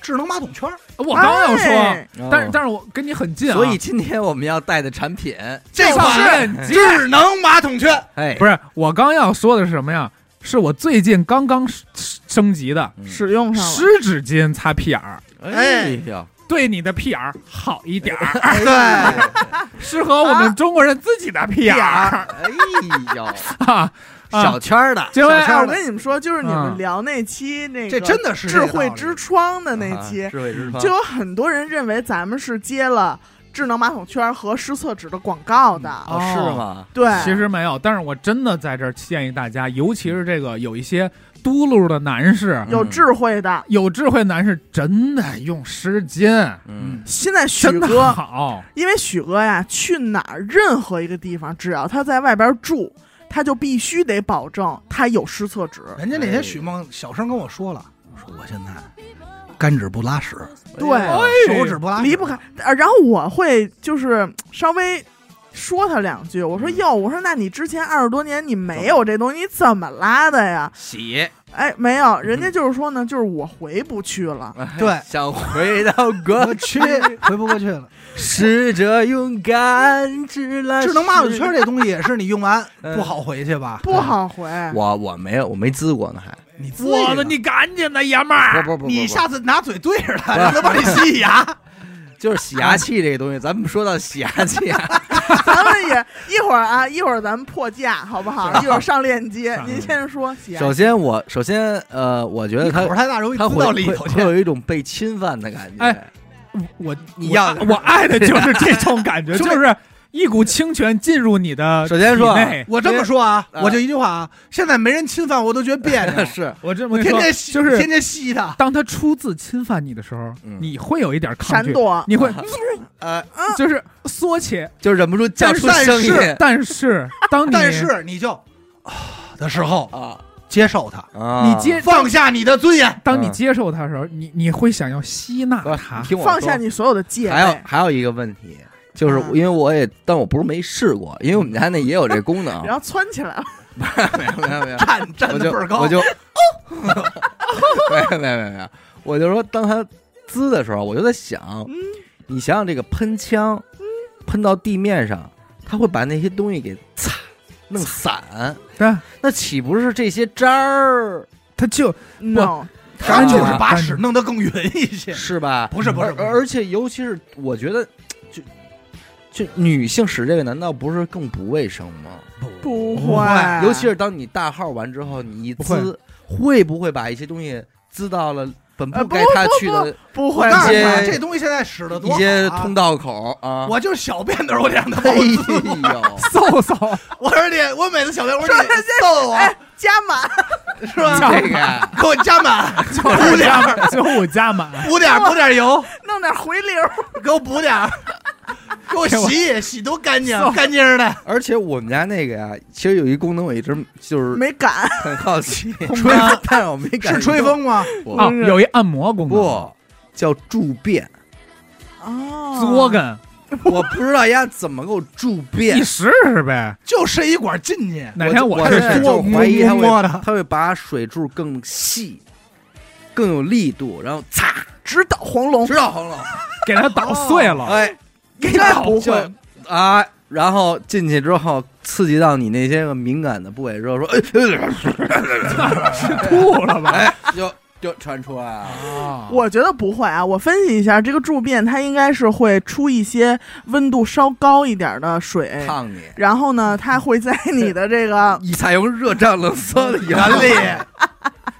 B: 智能马桶圈儿，
D: 哎我刚要说，嗯
C: 哎
D: 但是但是我跟你很近啊，
A: 哦所以今天我们要带的产品，
B: 这
D: 这
B: 款
D: 款
B: 智能马桶圈，
A: 哎，
D: 不是我刚要说的是什么呀？是我最近刚刚升升级的
A: 嗯
C: 使用上了，
D: 湿纸巾擦屁眼儿，
A: 哎呀，
D: 对你的屁眼儿好一点儿，
B: 对，
D: 适合我们中国人自己的屁眼儿
A: 哎呦，
D: 啊。
A: 小圈儿的，
D: 这
B: 小
D: 位
C: 哎，
B: 圈儿
C: 我跟你们说，就是你
D: 啊嗯
C: 们聊那期那个
B: 这真的是这
C: 智
B: 个道
C: 慧
B: 理
C: 之窗的那
A: 啊
C: 期，
A: 智慧之窗
C: 就有很多人认为咱们是接了智能马桶圈和湿厕纸的广告的，
A: 哦，是吗？
C: 对，
D: 其实没有，但是我真的在这儿建议大家，尤其是这个有一些嘟噜的男士，
C: 有智慧的。
D: 有智慧男士真的用湿巾，
A: 嗯，
C: 现在许
D: 真的
C: 哥，
D: 好，
C: 因为许哥呀，去哪儿任何一个地方，只要他在外边住，他就必须得保证他有湿厕纸。
B: 人家那天许梦小声跟我说了，说我现在干指不拉屎，
C: 对
A: 哎呦
B: 手指不拉屎，
C: 离不开。呃然后我会就是稍微说他两句，我说
A: 嗯
C: 哟，我说那你之前二十多年你没有这东西，你怎么拉的呀？
A: 洗，
C: 哎，没有，人家就是说呢，就是我回不去
A: 嗯
C: 了。
B: 对
A: 想回到
B: 我
A: 过去，
B: 去，回不过去了。
A: 试着勇敢，只来
B: 智能马桶圈。这东西也是你用完
A: 嗯
B: 不好回去吧？
C: 不好回，
A: 我我没有，我没滋过呢，还
B: 你自己
D: 我的
B: 的
D: 你赶紧的爷们儿，
A: 不不不，
B: 你
A: 不
B: 下次拿嘴对着它，让它帮你吸牙。
A: 就是洗牙器这个东西，咱们说到洗牙器啊，
C: 咱们也一会儿啊，一会儿咱们破价好不好？一会儿啊上链接，
D: 上
C: 您先说写。
A: 首先我首先呃，我觉得
B: 你
A: 它
B: 口太大，容易
A: 它
B: 滋
A: 会
B: 到里
A: 会
B: 头
A: 会
B: 去。
A: 有一种被侵犯的感觉。
D: 哎我
A: 你
D: 我
A: 要
D: 爱我爱的就是这种感觉，
B: 兄
D: 就
B: 弟
D: 是一股清泉进入你的
A: 首先说啊
D: 体内
B: 我这么说啊，
A: 哎
B: 我就一句话啊，现在没人侵犯我都觉得别 扭，
A: 是，
D: 我这么
B: 我
D: 跟你说
B: 天天吸，
D: 就是
B: 天天吸它。
D: 当他初次侵犯你的时候，
A: 嗯
D: 你会有一点抗
C: 闪
D: 拒，
C: 躲，
D: 你会
B: 啊
A: 呃，
D: 就是缩起，
A: 就忍不住叫出
B: 但是
A: 声音
D: 但是当你
B: 但是你就啊的时候
A: 啊
B: 接受它，
A: 啊！
D: 你接
B: 放下你的尊严。
D: 当你接受它的时候，你你会想要吸纳
A: 不是
D: 它
A: 啊你。听我
C: 放下
A: 说
C: 你所有的戒
A: 还有
C: 备。
A: 还有一个问题，就是
C: 嗯
A: 因为我也，但我不是没试过，因为我们家那也有这功能。
C: 然后窜起来了，
A: 没有没有没有，
B: 站站
A: 我
B: 的
A: 就
B: 倍儿高，
A: 我就 没有没有没有没有，我就说当它滋的时候，我就在想，你想想这个喷枪喷到地面上，它会把那些东西给擦弄散，
D: 但
A: 那岂不是这些渣儿
D: 它就
C: no，
B: 它
A: 干净
B: 就是
A: 啊
B: 把
D: 干净
B: 屎弄得更匀一些。
A: 是吧？
B: 不是不是
A: 而
B: 不是，
A: 而且尤其是我觉得，就就女性使这个，难道不是更不卫生吗？
C: 不
B: 不
C: 会，
A: 尤其是当你大号完之后，你一
D: 不会
A: 滋，会不会把一些东西滋到了本
C: 呃
A: 不
C: 不
A: 该他去
C: 不
A: 的
C: 不
B: 我
C: 会
B: 告诉你啊，
A: 一些
B: 这东西现在使的多
A: 一些
B: 好啊
A: 通道口啊。
B: 我就是小便都是我脸上的
A: 哎
B: 包子。
A: 呦，
D: 嗖嗖，
B: 我说你，我每次小便，我说
C: 说
B: 你
C: 人家
B: 逗我
C: 哎，加满
B: 是吧？
A: 这个呀
B: 给我加满，
D: 九五加满，九五加满，
B: 补点儿补点儿油，
C: 弄点回流，
B: 给我补点儿，给我洗洗多 干净，干净的。
A: 而且我们家那个呀，其实有一功能，我一直就是
C: 没敢。
A: 很好奇，
B: 吹风
A: 但是我没敢
B: 啊是吹
A: 用
B: 风吗？
A: 不
D: 哦，有一按摩功能，
A: 不叫助 便，
C: 哦，
D: 作根，
A: 我不知道丫怎么给我助便
D: 你，试试呗。
B: 就伸一管进去，
D: 哪天
A: 我
D: 试
A: 就
D: 试
A: 是，就怀疑他
B: 摸摸
A: 会
B: 的
A: 他会把水柱更细，更有力度，然后擦，
C: 直捣黄
B: 哦
C: 龙，
A: 知道红龙，
D: 给它捣碎了，
A: 哎，
C: 应该不
A: 就
C: 会。
A: 啊，然后进去之后刺激到你那些个敏感的部位之后，说，
D: 吐了吧？哦
A: 哎，哎就就传出来了。
C: 我觉得不会啊，我分析一下，这个住变它应该是会出一些温度稍高一点的水，
A: 烫你，
C: 然后呢，它会在你的这个
A: 以采用热胀冷缩的原
B: 原
A: 理，
B: 理。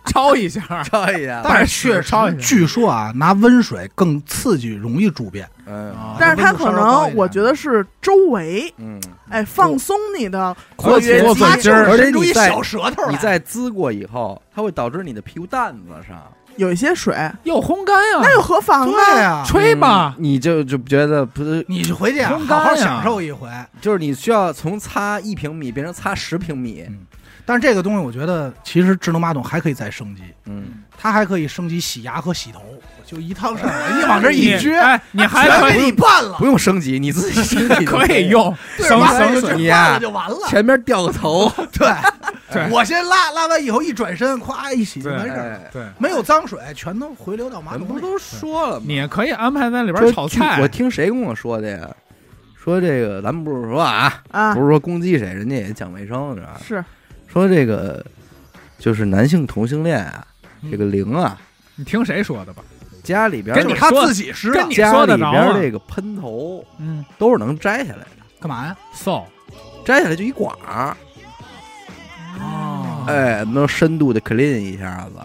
D: 抄一下，
A: 照一下，
D: 但是确实
B: 超据说啊，拿温水更刺激，容易住便。
A: 嗯
D: 啊
C: 但是它
B: 温度
C: 可
B: 稍微高一
C: 能
B: 点
C: 我觉得是周围，
A: 嗯，
C: 哎，放松你的括
A: 而且
C: 约
D: 我
C: 肌
D: 嘴尖儿
A: 而且
B: 伸出
A: 你
B: 一
A: 在
B: 小舌头来，啊
A: 你再滋过以后，它会导致你的皮肤蛋子上。
C: 有一些水，
D: 又烘干
C: 那又
D: 啊，
C: 何妨呢？
B: 对呀，
D: 吹吧，
A: 嗯你就就觉得不是，
B: 你回去啊
D: 烘
B: 好
D: 干呀
B: 好享受一回。
A: 就是你需要从擦一平米变成擦十平米，
B: 但是这个东西，我觉得其实智能马桶还可以再升级，
A: 嗯，
B: 它还可以升级洗牙和洗头，就一趟事儿，一往这一撅，
D: 哎，你哎还
B: 全
D: 可
B: 给
D: 以
B: 嗯你办了
A: 不，用升级，你自己身体
D: 可以。用省
B: 完了
D: 省
B: 就
D: 水
B: 这
A: 你
B: 办
A: 呀
B: 了就完了。
A: 前面掉个头，
D: 对
B: 对，我先拉拉完以后一转身，咵一洗就
D: 对
B: 完事儿了，
A: 哎，
D: 对，
B: 没有脏水，全都回流到马
A: 咱们
B: 桶
A: 不
B: 里。
A: 都说了吗？
D: 你可以安排在里
A: 说
D: 边炒
A: 据
D: 菜
A: 我。听谁跟我说的呀？说这个，咱们不是说啊，
C: 啊
A: 不，是说攻击谁，人家也讲卫生，是吧？
C: 是
A: 说这个就是男性同性恋啊，
C: 嗯
A: 这个零啊，
D: 你听谁说的吧？
A: 家里边
D: 跟
B: 就
D: 你
B: 是他啊
D: 说
B: 自己知
D: 跟
B: 道
D: 你
A: 家
D: 说
A: 里
D: 得着
A: 边
D: 吗？
A: 这个喷头
D: 嗯
A: 都是能摘下来的，
B: 干嘛呀？
D: ，so
A: 摘下来就一管儿，
B: 哦
A: 哎，能深度的 clean 一下子。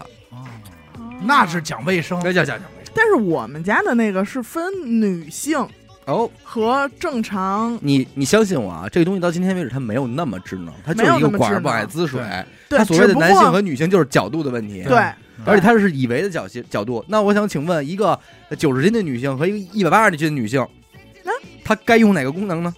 B: 那是讲卫生，
A: 叫叫叫
C: 但是我们家的那个是分女性
A: 哦，
C: 和正常，
A: 你你相信我啊，这个东西到今天为止它没有那么智能，它就
C: 没有
A: 是一个
C: 那么
A: 管
C: 智
A: 儿
C: 能
A: 不爱滋水。
C: 对，
A: 它所谓的
C: 只不
A: 男性
C: 过
A: 和女性就是角度的问题。嗯
D: 对
C: 对
A: 而且它是以为的角角度。那我想请问，一个九十斤的女性和一个一百八十斤的女性
C: 嗯，
A: 她该用哪个功能呢？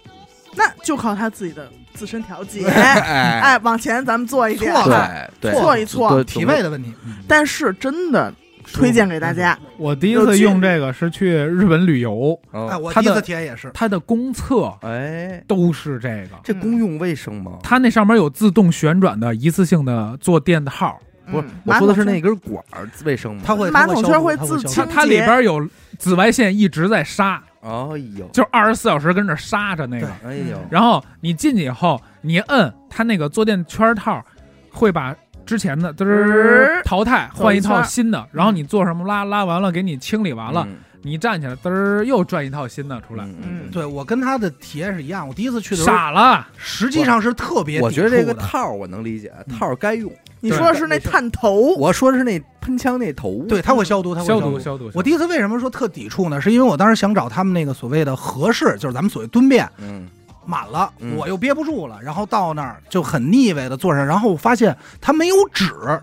C: 那就靠他自己的自身调节。
A: 哎，
C: 哎，往前咱们做一点，
B: 错了
A: 对对，
C: 错一错
A: 对。
B: 体位的问题。
C: 但是真的推荐给大家，
D: 我第一次用这个是去日本旅游，
A: 嗯
B: 哎，我
D: 他
B: 第一
D: 的
B: 次体验也是，
D: 它的公厕
A: 哎，
D: 都是这个，
A: 这公用卫生吗？
D: 它那上面有自动旋转的一次性的坐垫的号，
A: 不是
C: 嗯，
A: 我说的是那根管儿卫生吗？
B: 它会
C: 马桶圈会
B: 它会
D: 它
C: 自
B: 消毒
C: 清
B: 它
D: 它
C: 洁
D: 里边有紫外线一直在杀，
A: 哎呦，
D: 就二十四小时跟着杀着那个
B: 对。
A: 哎呦，
D: 然后你进去以后，你摁它那个坐垫圈套，会把之前的嘚儿淘汰，换一套新的。然后你做什么拉拉完了，给你清理完了，
A: 嗯，
D: 你站起来嘚儿又转一套新的出来，
A: 嗯，
B: 对我跟他的体验是一样。我第一次去的时候，
D: 傻了，
B: 实际上是特别
A: 我觉得
B: 抵
A: 这
B: 触
A: 个
B: 的
A: 套儿我能理解，套儿该用。
C: 你说的是那探头，
A: 我说的是那喷枪那头，
B: 对，它会消毒，它
D: 嗯
B: 会
D: 消
B: 毒
D: 毒。消毒。
B: 我第一次为什么说特抵触呢？是因为我当时想找他们那个所谓的合适，就是咱们所谓蹲便
A: 嗯，
B: 满了，
A: 嗯
B: 我又憋不住了，然后到那儿就很腻歪的坐上，然后我发现它没有纸，
C: 哦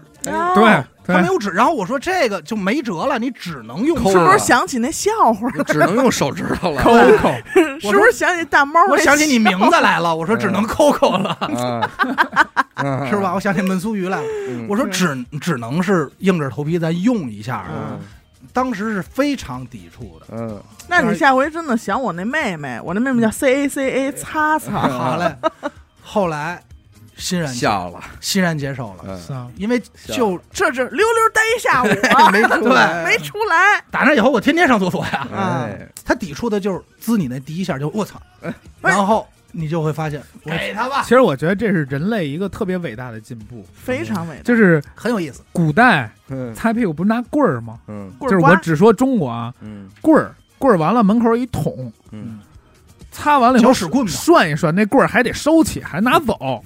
D: 对，
B: 它
D: 对，
B: 没有纸，然后我说这个就没辙了，你只能用
A: 抠
C: 是
B: 纸。
C: 不是想起那笑话？
A: 只能用手指头了。
D: Coco
C: 是不是想起大猫？
B: 我想起你名字来了，我
D: 嗯
B: 说只能抠抠了，
A: 啊， 啊
B: 是吧？？我想起焖酥鱼来了，
A: 嗯
B: 我说只只能是硬着头皮咱用一下了。
A: 嗯
B: 当时是非常抵 触的。
A: 嗯，
C: 那你下回真的想我那妹妹，我那妹妹叫 C A C A 擦擦，
B: 好嘞，后来欣然接
A: 笑了，
B: 欣然接受了，
A: 嗯，
D: 是啊
B: 因为就
C: 这这溜溜待一下午
A: 没出来，
C: 啊没出来。
B: 打那以后，我天天上厕所呀。
A: 哎，
B: 他抵触的就是滋你那第一下就我操，
C: 哎
B: 然后你就会发现给他吧
D: 其，实我觉得这是人类一个特别伟大的进步，
C: 非常伟大，
D: 就是
B: 很有意思。
D: 古代
A: 嗯
D: 擦屁股不是拿棍儿吗？
A: 嗯
D: 就
C: 棍
D: 是
C: 儿
D: 我
C: 刮
D: 只说中国啊，
A: 嗯
D: 棍儿棍儿完了门口一桶，
A: 嗯，
D: 擦完了以后
B: 搅屎棍嘛
A: 嗯
D: 涮一涮，那棍儿还得收起，还拿走。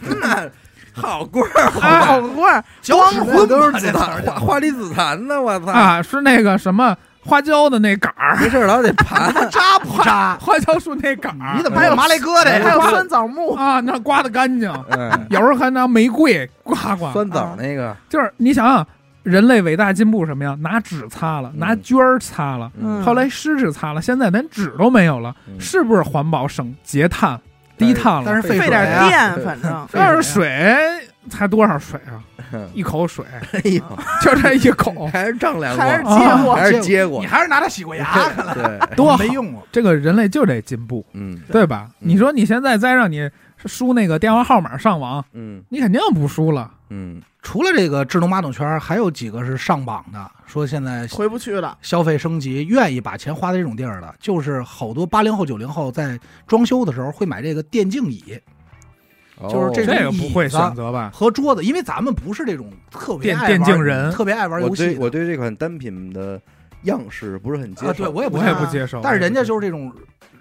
A: 好棍 儿，
D: 哎
A: 好
C: 好棍儿，
B: 搅屎
A: 棍
B: 棍
A: 儿，都
B: 吧
A: 是紫
B: 啊这词儿
A: 檀花花里紫檀呢，我操！
D: 啊，是那个什么花椒的那杆儿，
A: 没事儿老得盘，
B: 扎不扎？
D: 花椒树那杆儿，
B: 你怎么
C: 还有
B: 麻雷哥
C: 还
B: 的？
C: 有酸枣木，
D: 啊？那刮的干 净，
B: 哎
A: 嗯，
D: 有时候还拿玫瑰刮刮，
A: 酸枣那个，
D: 就是你想想，人类伟大进步什么呀？拿纸擦了，
A: 嗯
D: 拿绢儿擦了，
C: 嗯
D: 后来湿纸擦了，现在连纸都没有了，
A: 嗯
D: 是不是环保省节碳低碳了？
B: 但是
A: 费
C: 费
B: 费水
C: 点
B: 啊
C: 电，反正
B: 费
D: 但是水才多少水 啊？一口水，
A: 哎呦，，
D: 就这一口
A: 还是哎丈量
C: 还是
A: 过，
C: 结果
A: 还是接过
B: 你，啊还是拿它洗过牙看来
A: 对，
D: 多好
B: 没！用过。
D: 这个人类就得进步，
A: 嗯
D: 对吧？
A: 嗯
D: 你说你现在再让你输那个电话号码上网，
A: 嗯
D: 你肯定不输了。
A: 嗯，
B: 除了这个智能马桶圈儿，还有几个是上榜的，说现在
C: 回不去了。
B: 消费升级，愿意把钱花在这种地儿的，就是好多八零后、九零后在装修的时候会买这个电竞椅就是这
A: 哦
D: 这个不会
B: 椅子
D: 选择吧？
B: 和桌子，因为咱们不是这种特别
D: 电
B: 爱玩
D: 电竞人
B: 特别爱玩游
A: 我
B: 戏
A: 对
B: 的
A: 我对这款单品的样式不是很接
B: 啊，对
A: 受，
B: 我也不
D: 我
B: 太
D: 也
C: 啊
D: 不接受。
B: 但是人家
D: 是
B: 就是这种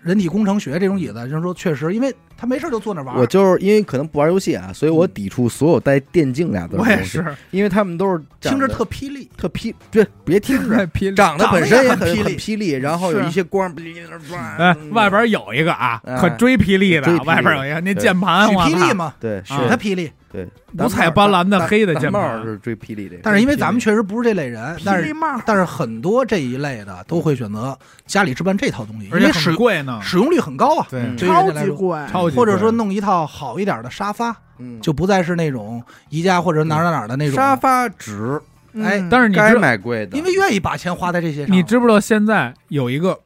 B: 人体工程学这种椅子，人家说确实，因为他没事就坐那玩儿。
A: 我就是因为可能不玩游戏啊，所以我抵触所有带“电竞”俩字。
D: 我也，是，
A: 因为他们都是
B: 听
A: 长
B: 着
A: 得
B: 特霹雳，
A: 特霹，对，别听 着，
D: 拼
A: 长得本身也
B: 长得
A: 很
B: 也很
A: 很霹雳，然后有
C: 是
A: 一些光，唰
D: 哎，外边有一个啊，
A: 哎
D: 可追霹雳
A: 嗯追霹
D: 的，
A: 雳
D: 外边有一个那键盘，
B: 举
D: 我
B: 霹雳
D: 操，
B: 嘛，
A: 对是
D: 啊
B: 举他霹雳。
A: 对
D: 五彩斑斓的黑的
A: 蓝
D: 键
A: 帽
D: 盘，
A: 是追霹雳这个，
B: 但是因为咱们确实不是这类人，但
C: 霹雳
B: 是
C: 帽儿，
B: 但是很多这一类的都会选择家里置办这套东西，因
D: 而且
B: 为
D: 很
B: 使
D: 贵呢，
B: 使用率很高啊。
D: 对，
A: 嗯
B: 对于人
C: 超
B: 家来
C: 级
B: 说，
C: 贵，
D: 超级贵
B: 或者说弄一套好一点的沙发，
A: 嗯
B: 就不再是那种宜家或者哪儿哪儿哪儿的那种
A: 沙。发值
C: 嗯
B: 哎
D: 但是你
A: 该
D: 知
A: 买贵的，
B: 因为愿意把钱花在这些上，
D: 你知不知道现在有一个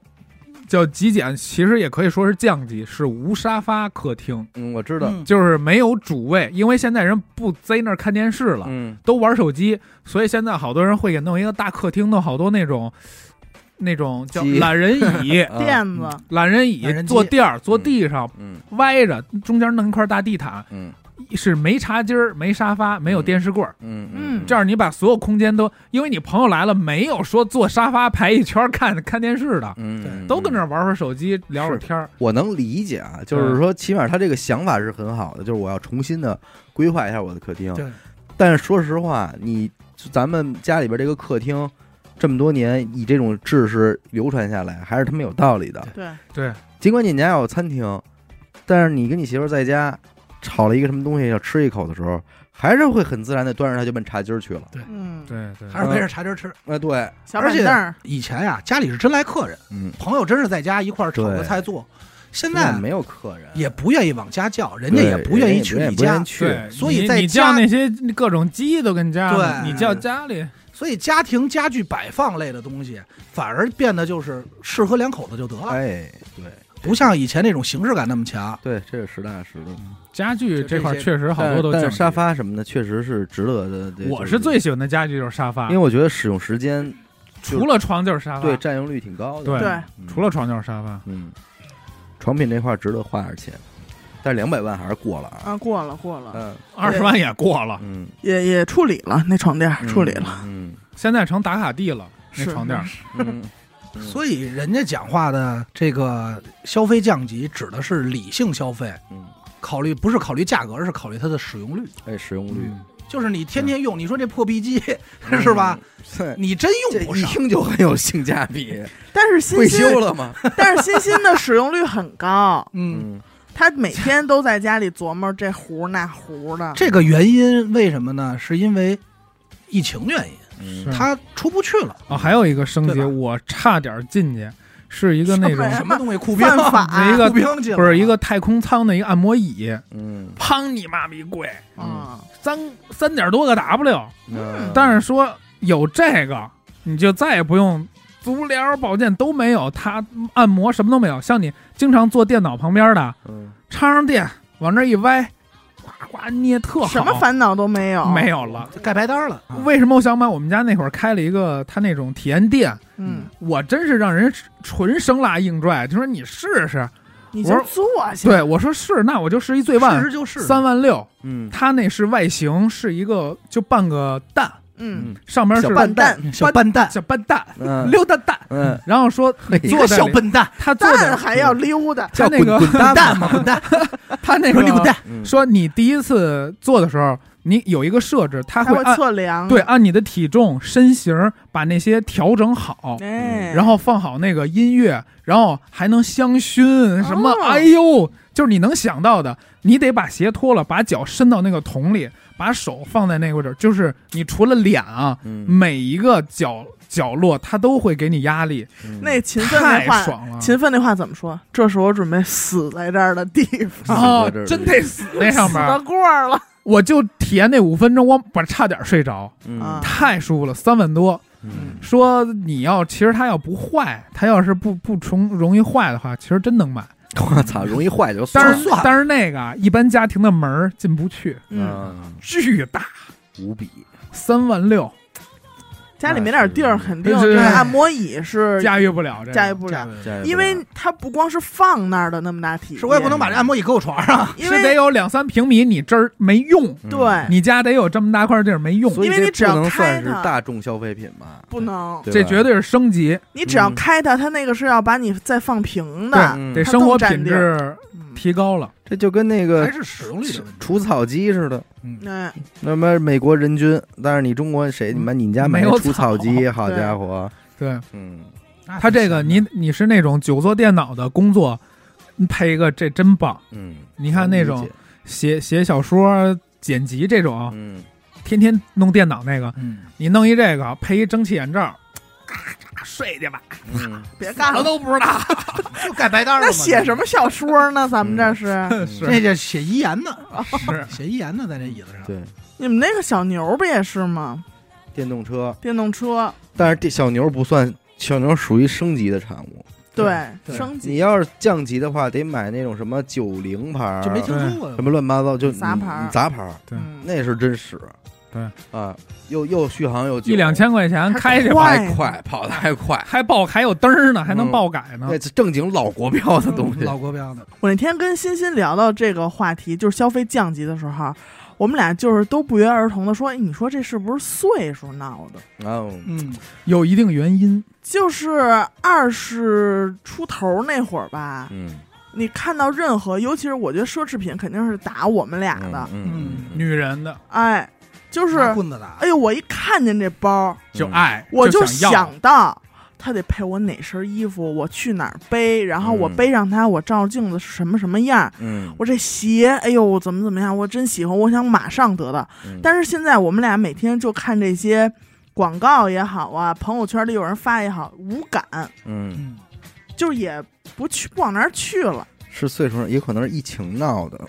D: 叫极简，其实也可以说是降级，是无沙发客厅，
A: 嗯我知道，
B: 嗯
D: 就是没有主位，因为现在人不在那儿看电视了，
A: 嗯
D: 都玩手机，所以现在好多人会给弄一个大客厅，弄好多那种那种叫
A: 机。
D: 懒人 椅
A: 啊
C: 垫嗯子
D: 懒人
B: 懒
D: 椅
B: 人机
D: 坐垫儿，坐地上
A: 嗯
D: 歪着，中间弄一块大地毯，
A: 嗯
D: 是没茶几儿、没沙发、没有电视柜儿，
A: 嗯
C: 嗯
D: 这样你把所有空间都，因为你朋友来了，没有说坐沙发排一圈儿看看电视的，
A: 嗯
D: 都跟
A: 这。
D: 这儿玩会儿手机、聊会儿天儿。
A: 我能理解啊，就是说，起码他这个想法是很好的，就是我要重新的规划一下我的客厅。
B: 对，
A: 但是说实话，你咱们家里边这个客厅，这么多年以这种制式流传下来，还是他们有道理的。
C: 对，
D: 对，
A: 尽管你家有餐厅，但是你跟你媳妇儿在家炒了一个什么东西要吃一口的时候，还是会很自然的端着它就奔茶几儿去了。
C: 嗯，
D: 对对
B: 还是围着茶几儿吃。
A: 哎，对，
C: 小板凳儿，
B: 以前呀、家里是真来客人，
A: 嗯，
B: 朋友真是在家一块儿炒个
A: 对
B: 菜做，现
A: 现
B: 在
A: 没有客人，
B: 也不愿意往家叫，人家也不愿意去
A: 人
B: 你
A: 家也不愿
B: 家
A: 意，去。
D: 对，
B: 所以
D: 你
B: 在
D: 你
B: 家
D: 叫那些各种鸡都跟家呢，
B: 对
D: 你叫家里，
B: 所以家庭家具摆放类的东西反而变得就是适合两口子就得了，
A: 哎，对
B: 不像以前那种形式感那么强。
A: 对，这是实打实的。
D: 家具
B: 就这
D: 这块儿
B: 些
D: 确实好多都
A: 但
D: 降
A: 是
D: 级
A: 沙。发什么的，确实是值得的。对
D: 我
A: 就是
D: 最喜欢的家具就是沙发
A: 因为，我觉得使用时间就
D: 除了床就是沙发，
A: 对占用率挺高的。
D: 对
C: 对，
A: 嗯
D: 除了床就是沙发。
A: 嗯，床品这块儿值得花点钱，但是两百万还是过了啊。
C: 啊，过了过了，
A: 嗯
D: 二十万也过了，
A: 嗯，
C: 也也处理了那床垫儿，
A: 嗯
C: 处理了，。
A: 嗯
D: 现在成打卡地了。那
C: 是
D: 床垫儿，
A: 嗯，嗯
B: 所以人家讲话的这个消费降级指的是理性消费，
A: 嗯，
B: 考虑不是考虑价格，而是考虑它的使用率。
A: 哎，使用率
D: 嗯
B: 就是你天天用，你说这破壁机嗯 是吧？？
A: 嗯
B: 你真
A: 对，
B: 用
A: 这
B: 不
A: 一
B: 上，
A: 听就很有性价比。
C: 但是
A: 退
C: 欣欣，
A: 休了吗？
C: 但是欣欣的使用率很高，
B: 嗯。
A: 嗯
C: 她每天都在家里琢磨这壶那壶的，
B: 这个原因为什么呢？是因为疫情原因，
A: 嗯
D: 是
B: 他出不去了。
D: 啊，还有一个升级，
B: 对吧
D: 我差点进去，是一个那种
C: 什
B: 什么东西？库冰
C: 犯，法
D: 有一个
B: 库冰进来了
D: 不是一个太空舱的一个按摩椅，
A: 嗯
D: 砰你妈逼贵，
C: 啊，
D: 三三点多个 W，
A: 嗯，
D: 但是说有这个，你就再也不用足疗、保健都没有，它按摩什么都没有。像你经常坐电脑旁边的，
A: 嗯
D: 插上电往那儿一歪，呱呱捏特好，
C: 什么烦恼啊都没有，
D: 没，有了。
B: 盖白单了。
D: 为什么我想买？我们家那会儿开了一个他那种体验店，
C: 嗯，
D: 我真是让人纯生拉硬拽，就说你试试。
C: 你
D: 我
C: 就
D: 说
C: 坐下，
D: 对，我说是，那我就试一最
B: 事
D: 万
B: 实就是
D: 三万六，
A: 嗯
D: 它那是外形是一个就半个蛋，
C: 嗯，
D: 上边是
A: 小
B: 笨
C: 蛋
B: 蛋，小笨蛋，
D: 小笨蛋，
A: 嗯
D: 溜达蛋，
A: 嗯，
D: 然后说
A: 嘿
D: 坐在
B: 小
D: 里
B: 笨蛋，
D: 他坐
C: 蛋
D: 在
C: 还要溜达，
D: 他
A: 叫
D: 那
A: 滚
D: 个
A: 滚蛋
B: 蛋嘛，滚蛋，
D: 他那
B: 说你滚
D: 个
B: 蛋，
A: 嗯
D: 说你第一次做的时候，你有一个设置，他
C: 还
D: 会
C: 会嗯
D: 按
C: 测量，
D: 对，按你的体重、身形把那些调整好，
C: 哎，
D: 嗯然后放好那个音乐，然后还能香薰什么，
C: 哦
D: 哎呦，就是你能想到的，你得把鞋脱了，把脚伸到那个桶里，把手放在那个位置，就是你除了脸啊，
A: 嗯
D: 每一个角角落它都会给你压力，
A: 嗯
C: 那勤奋
D: 太
C: 那话，
D: 爽了。
C: 勤奋那话怎么说？这是我准备死在这儿的地方，
D: 啊
A: 死在这，儿
D: 真得死那上
C: 死得
D: 面，
C: 过儿了，
D: 我就体验那五分钟，我我差点睡着，
A: 嗯
C: 啊
D: 太舒服了，三万多。
A: 嗯
D: 说你要其实它要不坏，它要是不不重容易坏的话，其实真能买。
A: 我操，容易坏就算
D: 但
A: 了，
D: 是但是那个啊一般家庭的门儿进不去，
C: 嗯，
A: 嗯，
D: 巨大，
A: 无比，
D: 三万六
C: 家里没点地儿，肯定
D: 是
C: 这个按摩椅是
D: 驾驭不了这个，
C: 驾驭不了，
A: 这
C: 因为它不光是放那儿的那么大体积，
B: 是我也不能把这按摩椅给我床上，
C: 因
D: 是得
C: 为
D: 有两三平米，你这儿没用，
A: 嗯
C: 对
D: 你家得有这么大块地儿没用，
A: 所以
C: 因为
A: 这
C: 你只要
A: 不能
C: 开
A: 算是
C: 它
A: 大众消费品吧？
C: 不能，
A: 对吧，
D: 这绝对是升级，
C: 你只要
A: 嗯
C: 开它，它那个是要把你再放
D: 对
C: 平的，
A: 嗯
D: 得
C: 它
D: 生活
C: 更占
D: 品
C: 地
D: 质
C: 嗯
D: 提高了。
A: 这就跟那
B: 还
A: 个
B: 是使用力的问题。
A: 除草机似的，
C: 哎，
A: 那么美国人均，但是你中国谁你妈你家买
D: 嗯没有
A: 除草机，好
C: 对
A: 家伙，
D: 对
A: 嗯，
D: 他这个，你你是那种久坐电脑的工作，嗯配一个这真棒。
A: 嗯，
D: 你看那种
A: 能理解，
D: 写写小说、剪辑这种，
A: 嗯，
D: 天天弄电脑那个，
B: 嗯，
D: 你弄一这个，配一蒸汽眼罩，咔嚓睡去吧，
A: 嗯
C: 别干
D: 啥
C: 了。
D: 都不知道。
B: 就盖白单了
C: 那
B: 嘛。
C: 写什么小说呢？咱们这是
D: 是
B: 这叫写遗言呢，
D: 是，
B: 写遗言呢，在这椅子上。
A: 对，
C: 你们那个小牛不也是吗？
A: 电动车，
C: 电动车，
A: 但是这小牛不算，小牛属于升级的产物。
C: 对，
B: 对
C: 升级
A: 你要是降级的话，得买那种什么九零牌儿，
B: 就没听说过
A: 什么乱七八糟，就
C: 杂牌儿
A: 嗯杂牌儿，
D: 对
C: 嗯
A: 那是真使。
D: 对
A: 啊，又又续航又久
D: 一两，千块钱开去
C: 还
A: 太
D: 吧，
C: 快
A: 快，跑得太快，
D: 还爆还有灯儿呢，还能
A: 嗯
D: 爆改呢
A: 那。是正经老国标的东西。
D: 嗯
B: 老国标的，
C: 我那天跟欣欣聊到这个话题，就是消费降级的时候，我们俩就是都不约而同的说，哎你说这是不是岁数闹的？
A: 哦，
B: 嗯，
D: 有一定原因，
C: 就是二十出头那会儿吧，
A: 嗯，
C: 你看到任何，尤其是我觉得奢侈品肯定是打我们俩的，
A: 嗯，嗯
D: 女人的
C: 哎，就是，
B: 拿棍子打
C: 哎，呦，我一看见这包，
A: 嗯
D: 就，啊爱，
C: 我
D: 就要
C: 想到他得配我哪身衣服，我去哪儿背，然后我
A: 嗯
C: 背上它，我照镜子是什么什么样儿。
A: 嗯，
C: 我这鞋，哎呦，怎么怎么样？我真喜欢，我想马上得到。
A: 嗯
C: 但是现在我们俩每天就看这些广告也好啊，朋友圈里有人发也好，无感，
A: 嗯，
B: 嗯，
C: 就是也不去不往那儿去 了。
A: 是岁数上也可能是疫情闹的。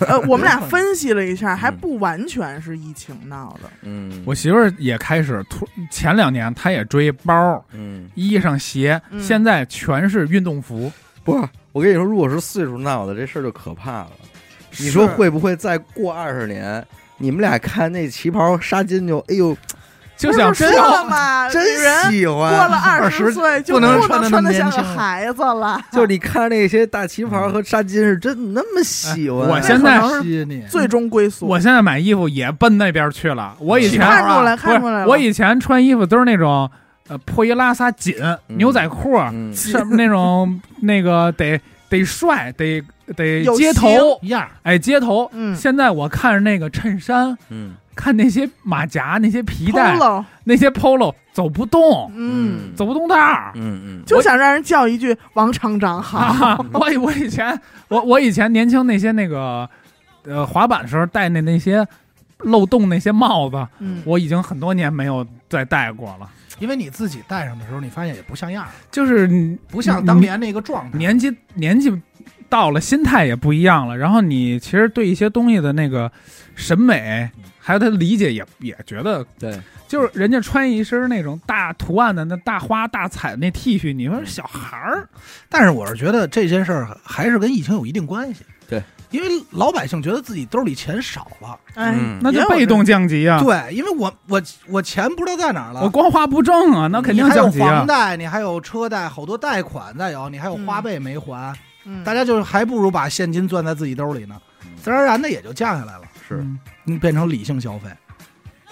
C: 呃，我们俩分析了一下，还不完全是疫情闹的。
A: 嗯，
D: 我媳妇儿也开始突，前两年她也追包、
A: 嗯，
D: 衣裳、鞋，
C: 嗯
D: 现在全是运动服。
A: 不，我跟你说，如果是岁数闹的，这事儿就可怕了。你说
C: 是
A: 会不会再过二十年，你们俩看那旗袍纱巾就，哎呦，
D: 就想
C: 不是
D: 知
C: 说了
D: 道，
C: 吗？女
A: 真
C: 呃人
A: 喜欢。
C: 过了二
B: 20
C: 十岁就
B: 不能
C: 不
B: 穿得
C: 能穿
B: 那
C: 得像
B: 么年
C: 个
B: 轻
C: 孩子了。
A: 就是你看那些大旗袍和纱巾是真那么喜欢。
D: 哎我
C: 现在
B: 吸引你，
C: 最终归宿。
D: 我现在买衣服也奔那边去了。我以
B: 旗
D: 前啊不是
C: 看出来，
B: 袍
C: 看出来了。
D: 我以前穿衣服都是那种呃破衣拉撒紧、牛仔裤，
A: 嗯
D: 什么那种那个得得帅，得得
C: 有
D: 街头，
B: 一样，
D: 哎街头。
C: 嗯
D: 现在我看着那个衬衫，
A: 嗯
D: 看那些马甲、那些皮带、
C: polo，
D: 那些 polo，走不动，
C: 嗯，
D: 走不动道儿。
A: 嗯嗯，
C: 就想让人叫一句王厂 长好。
D: 啊，我以我以前我我以前年轻那些那个呃滑板的时候戴那那些漏洞那些帽子，
C: 嗯，
D: 我已经很多年没有再戴过了。
B: 因为你自己戴上的时候，你发现也不像样儿，
D: 就是你
B: 不像当年那个状态。
D: 年纪年纪到了，心态也不一样了。然后你其实对一些东西的那个审美，还有他的理解也，也觉得
A: 对，
D: 就是人家穿一身那种大图案的那大花大彩那 T 恤，你说小孩儿
B: 但是我是觉得这件事儿还是跟疫情有一定关系。
A: 对，
B: 因为老百姓觉得自己兜里钱少了，
C: 哎，
A: 嗯
D: 那
C: 也
D: 就
C: 有
D: 被
C: 这
D: 动降级啊！
B: 对，因为我我我钱不知道在哪儿了，
D: 我光花不挣啊，那肯定
B: 你还有
D: 降级啊
B: 房！贷，你还有车贷，好多贷款再有，你还有花呗没还，
C: 嗯
B: 大家就是还不如把现金攥在自己兜里呢，自然而然的也就降下来了，
A: 是
D: 嗯
B: 你变成理性消费。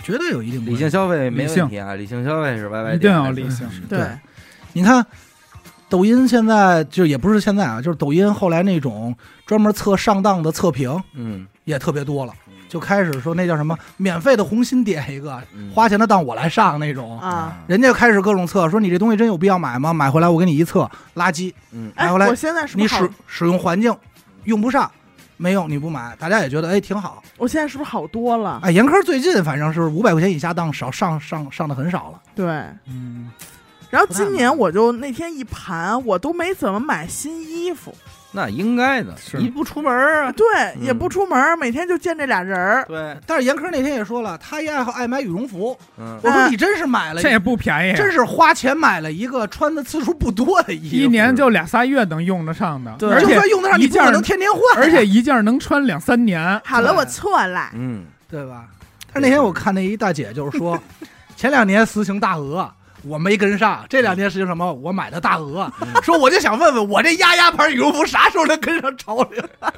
B: 绝对有一定关
A: 理
B: 系
A: 性消费没
D: 理性
A: 问题啊，理性消费是 YY
D: 一定要理性。
A: 嗯
C: 对，
B: 对你看，抖音现在就也不是现在啊，就是抖音后来那种专门测上当的测评
A: 嗯，
B: 也特别多了，就开始说那叫什么免费的红心点一个，
A: 嗯
B: 花钱的当我来上那种。
C: 啊，
B: 人家开始各种测，说你这东西真有必要买吗？买回来我给你一测，垃圾，
A: 嗯，
C: 哎，
B: 买回来
C: 我现在是不
B: 你
C: 是好
B: 使？使用环境用不上，没用你不买，大家也觉得哎挺好。
C: 我现在是不是好多
D: 啊
C: 了？
B: 哎，严科最近反正是五百块钱以下当少上上上的很少了，
C: 对，
D: 嗯，
C: 然后
B: 不太
C: 今年我就那天一盘，我都没怎么买新衣服，
A: 那应该的，
D: 是
A: 你不出门儿啊，
C: 对，也不出门，每天就见这俩人儿。
A: 对，
B: 但是严科那天也说了，他一爱好爱买羽绒服，
A: 嗯，
B: 我说
C: 哎
B: 你真是买了一
D: 啊这也不便宜，啊
B: 真是花钱买了一个穿的次数不多的衣服，
D: 一年就俩仨月能用得上的，
C: 对
D: 而
B: 就
D: 且
B: 算用得上，你
D: 一
B: 不
D: 件
B: 可
D: 儿
B: 能天天换， 啊
D: 而且一件儿能穿两三年。
C: 好了，我错了，
A: 嗯，
B: 对吧？但是那天我看那一大姐就是说，前两年实行大鹅。我没跟上，这两年实行什么？我买的大鹅，说我就想问问，我这压压牌羽绒服啥时候能跟上潮流？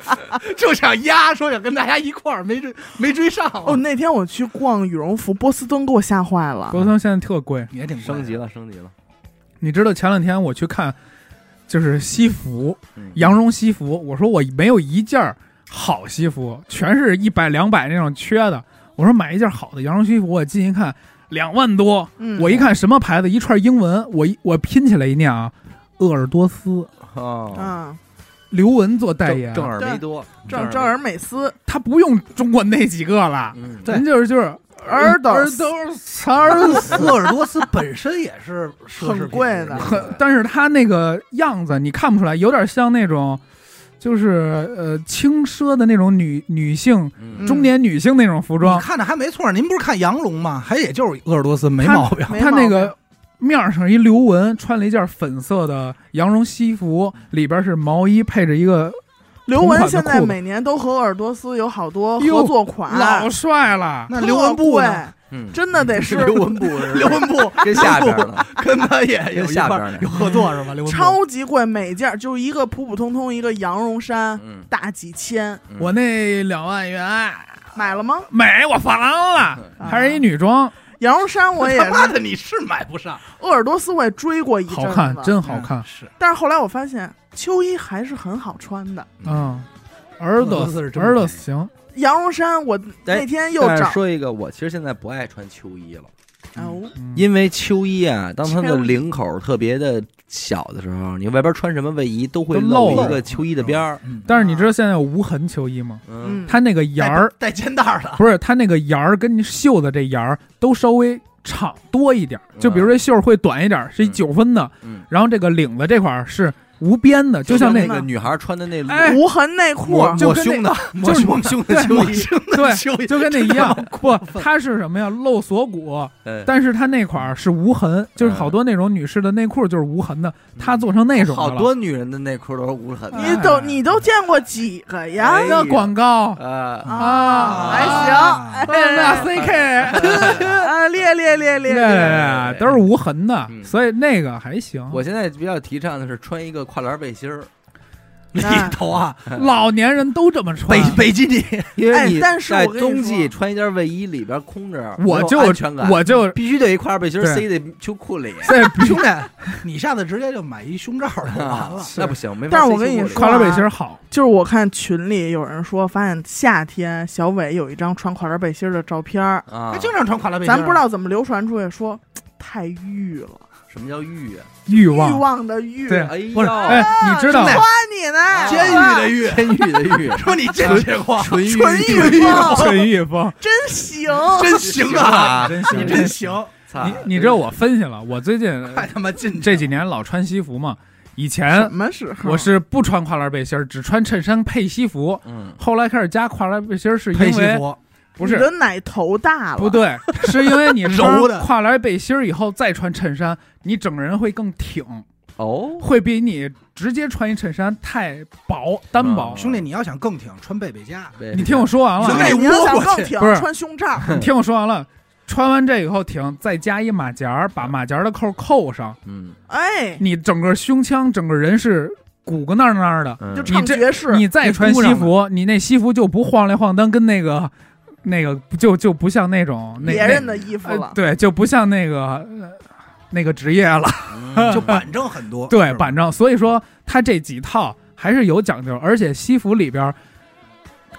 B: 就想压，说想跟大家一块儿，没追没追上。
C: 哦，那天我去逛羽绒服，波司登给我吓坏了。
D: 沟通现在特贵，
B: 也挺贵
A: 升级，了，升级了，
D: 你知道前两天我去看，就是西服，
A: 嗯，
D: 羊绒西服，我说我没有一件儿好西服，全是一百两百那种缺的。我说买一件好的羊绒西服，我进一看两万多，
C: 嗯，
D: 我一看什么牌子，一串英文，我一我拼起来一念啊，鄂尔多斯，
A: 哦，
C: 嗯，
D: 刘雯做代言
A: 正，正耳没多，
C: 正正
A: 正
C: 尔美斯，
D: 他不用中国那几个了，
A: 嗯，
B: 对
D: 人就是就是
C: 尔
D: 朵
C: 朵
D: 尔
C: 斯
D: 呃朵斯尔朵斯
B: 鄂尔多斯本身也是奢侈品
C: 很贵的
D: 很，但是他那个样子你看不出来，有点像那种，就是呃轻奢的那种女女性
A: 嗯，
D: 中年女性那种服装
B: 你，看着还没错儿，您不是看羊绒吗？还也就是鄂尔多斯，没毛病。
C: 没
D: 他
C: 毛
D: 那
C: 病
D: 个面儿上一刘雯穿了一件粉色的羊绒西服，里边是毛衣配着一个，
C: 刘
D: 同款
C: 雯
D: 的
C: 现在
D: 裤子
C: 每年都和鄂尔多斯有好多
D: 哟
C: 合作款，
D: 老帅了。
B: 那刘文步呢？
A: 嗯，
C: 真的 得是
A: 刘文步是吧，
B: 刘文步
A: 跟下边儿呢，
B: 跟他也有
A: 跟
B: 一
A: 下
B: 块
A: 边
B: 儿
A: 儿呢
B: 有合作是吧？刘文 步
C: 超级贵，每件儿就是一个普普通通一个羊绒衫，
A: 嗯，
C: 大几 千，
A: 嗯
D: 我那两万元
C: 买了吗？
D: 没我烦
A: 嗯
D: 了，
C: 啊
D: 还是一女装，
C: 羊绒衫我也
B: 他妈的你是买不上，
C: 鄂尔多斯我也追过一阵
D: 好
C: 子，
D: 看，真好看
B: 嗯，是
C: 但是后来我发现秋衣还是很好穿的，
D: 嗯，耳朵
B: 俄罗斯是真
D: 耳
B: 美
D: 朵行，
C: 羊绒衫我
A: 哎
C: 那天又
A: 但
C: 找
A: 是，说一个，我其实现在不爱穿秋衣了，
C: 哦，
D: 嗯
A: 因为秋衣啊，当它的
C: 秋衣
A: 领口特别的小的时候，你外边穿什么卫衣都会
D: 都
A: 露
D: 露
A: 一
D: 了
A: 个秋衣的边儿，
B: 嗯
D: 但是你知道现在有无痕秋衣吗？
A: 嗯，
C: 嗯，
D: 它那个沿儿
B: 带带肩带儿 的，
D: 不是，它那个沿儿跟袖子这沿儿都稍微长多一点儿，就比如说袖儿会短一点儿，是一
A: 嗯
D: 九分的，
A: 嗯
D: 然后这个领子这块儿是无边的，就像那
A: 那
D: 个
A: 个女孩穿的那
D: 哎
C: 无痕内裤啊
A: 抹
D: 就
A: 抹
D: 跟那
A: 胸的，
D: 就
A: 抹胸
D: 是
A: 胸的
D: 对
A: 秋
D: 抹
A: 衣，
D: 对，
B: 对
D: 就 跟那一样，不，它是什么呀？露锁骨，
A: 哎
D: 但是它那块儿是无
A: 嗯
D: 痕，就是好多那种女士的内裤就是无痕的，它做成那种的了
A: 好多女人的内裤都是无痕的，
C: 你都你都见过几个呀？
A: 哎
D: 那广告
C: 嗯
A: 啊，
D: 啊，
C: 还行
B: 啊，
C: 哎
D: 那
A: 哎
D: CK
C: 啊，列列列
D: 对
C: 列列，
A: 对
D: 都是无痕的，
A: 哎嗯
D: 所以那个还行。
A: 我现在比较提倡的是穿一个跨栏背心儿，
B: 里
C: 哎
B: 头啊，
D: 老年人都这么穿
B: 北，北极地
A: 因为
C: 哎
A: 你
C: 但是
A: 在
C: 我跟你
A: 冬季
C: 说
A: 穿一件卫衣里边空着，
D: 我
A: 没有
D: 就
A: 安全感，
D: 我就
A: 必须得一跨栏背心儿
D: 对
A: 塞在秋裤里，
D: 在
B: 兄弟，你下次直接就买一胸罩儿就完了
A: 啊。那不行，没法
C: 但
A: 塞秋
C: 是我
A: 裤里。
C: 跟你说
D: 跨栏背心儿好，
C: 就是我看群里有人说，发现夏天小伟有一张穿跨栏背心儿的照片儿，
A: 啊
D: 哎
B: 他，经常穿跨栏背心儿，
C: 咱不知道怎么流传出去，说太欲了，
A: 什么叫欲啊？
D: 欲
C: 欲
D: 望。
C: 望的欲，
D: 对
A: 哎
D: 不是，
A: 呦，
D: 哎，你知道
C: 夸你呢，
B: 监狱 的狱，
A: 天欲的欲，
B: 说你见识过，
A: 纯欲
C: 纯 欲望，
D: 陈玉峰，
C: 真行，
B: 真行啊，
A: 啊！
D: 真
B: 你
D: 行！
B: 真行，
A: 操
D: 你你知道我分析了，我最近
B: 太他妈进去了
D: 这几年老穿西服嘛，以
C: 什
D: 前
C: 么时候？
D: 我是不穿跨栏背心儿，只穿衬衫配西服。
A: 嗯，
D: 后来开始加跨栏背心儿，是
B: 配
D: 因
B: 西
D: 为啊
B: 服，
D: 不
C: 你
D: 是
C: 的奶头大了，
D: 不，对，是因为你穿
B: 柔的
D: 跨栏背心儿以后再穿衬衫，你整个人会更挺，
A: 哦，
D: 会比你直接穿一衬衫太薄单薄
A: 嗯。
B: 兄弟，你要想更挺，穿贝贝佳，
A: 对
D: 你听我，说完了
B: 行
D: 啊，
B: 那
C: 你
B: 窝
C: 要想
B: 过去
C: 更挺
D: 不是，
C: 穿 胸罩，
D: 你听我说完了，穿完这以后挺，再加一马甲儿，把马甲儿的扣扣上，
A: 嗯，
C: 哎，
D: 你整个胸腔整个人是鼓个那儿那儿的。
A: 嗯
C: 就唱
D: 这
C: 爵士，
D: 你再穿西服，你那西服就不晃来晃荡，跟那个那个就就不像那种那
C: 别人的衣服
D: 那
C: 了
D: 呃，对，就不像那个呃那个职业了，
A: 嗯
B: 就板正很
C: 哦
B: 多。
D: 嗯对
B: 是，吧
D: 板正。所以说他这几套还是有讲究，而且西服里边儿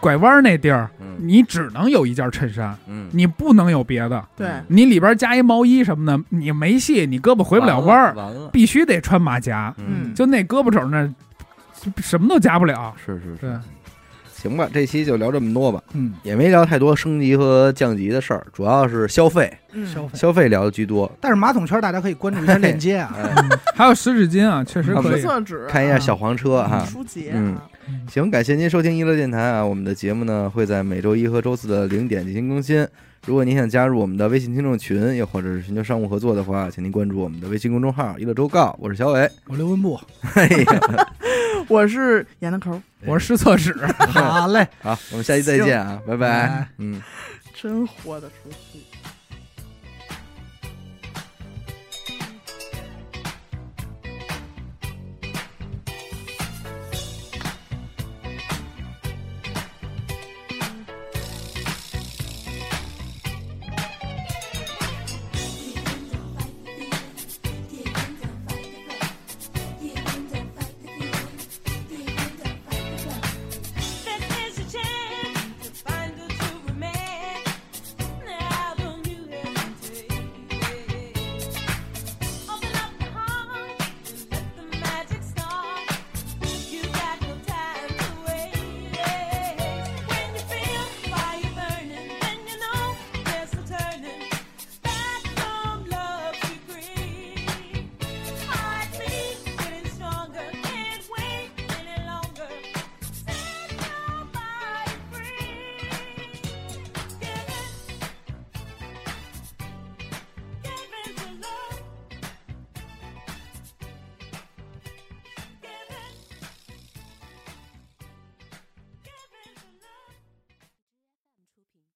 D: 拐弯儿那地儿，
A: 嗯
D: 你只能有一件衬衫，
A: 嗯，
D: 你不能有别的。
C: 对，
D: 你里边加一毛衣什么的，你没戏，你胳膊回不了弯儿，
A: 完了，
D: 必须得穿马甲。
C: 嗯
D: 就那胳膊肘那儿，什么都夹不了。
A: 是是是
D: 对，
A: 行吧，这期就聊这么多吧，
B: 嗯，
A: 也没聊太多升级和降级的事儿，主要是消费，
C: 嗯，
B: 消费。
A: 消费聊的居 多，
B: 但是马桶圈大家可以关注一下链接啊。
A: 哎
D: 还有湿纸巾啊，确实可
C: 十
D: 以。
C: 色纸，啊
A: 看一下小黄车哈。
C: 书籍
A: 嗯
C: 啊，
A: 行，感谢您收听娱乐电台啊！我们的节目呢会在每周一和周四的零点进行更新。如果您想加入我们的微信听众群，又或者是寻求商务合作的话，请您关注我们的微信公众号“娱乐周告”。我是小伟，
B: 我刘文步，
A: 嘿
C: 我是闫德抠，
D: 我是湿厕纸。
B: 好嘞。
A: 啊好，我们下期再见啊，拜拜，嗯。
C: 真豁得出去。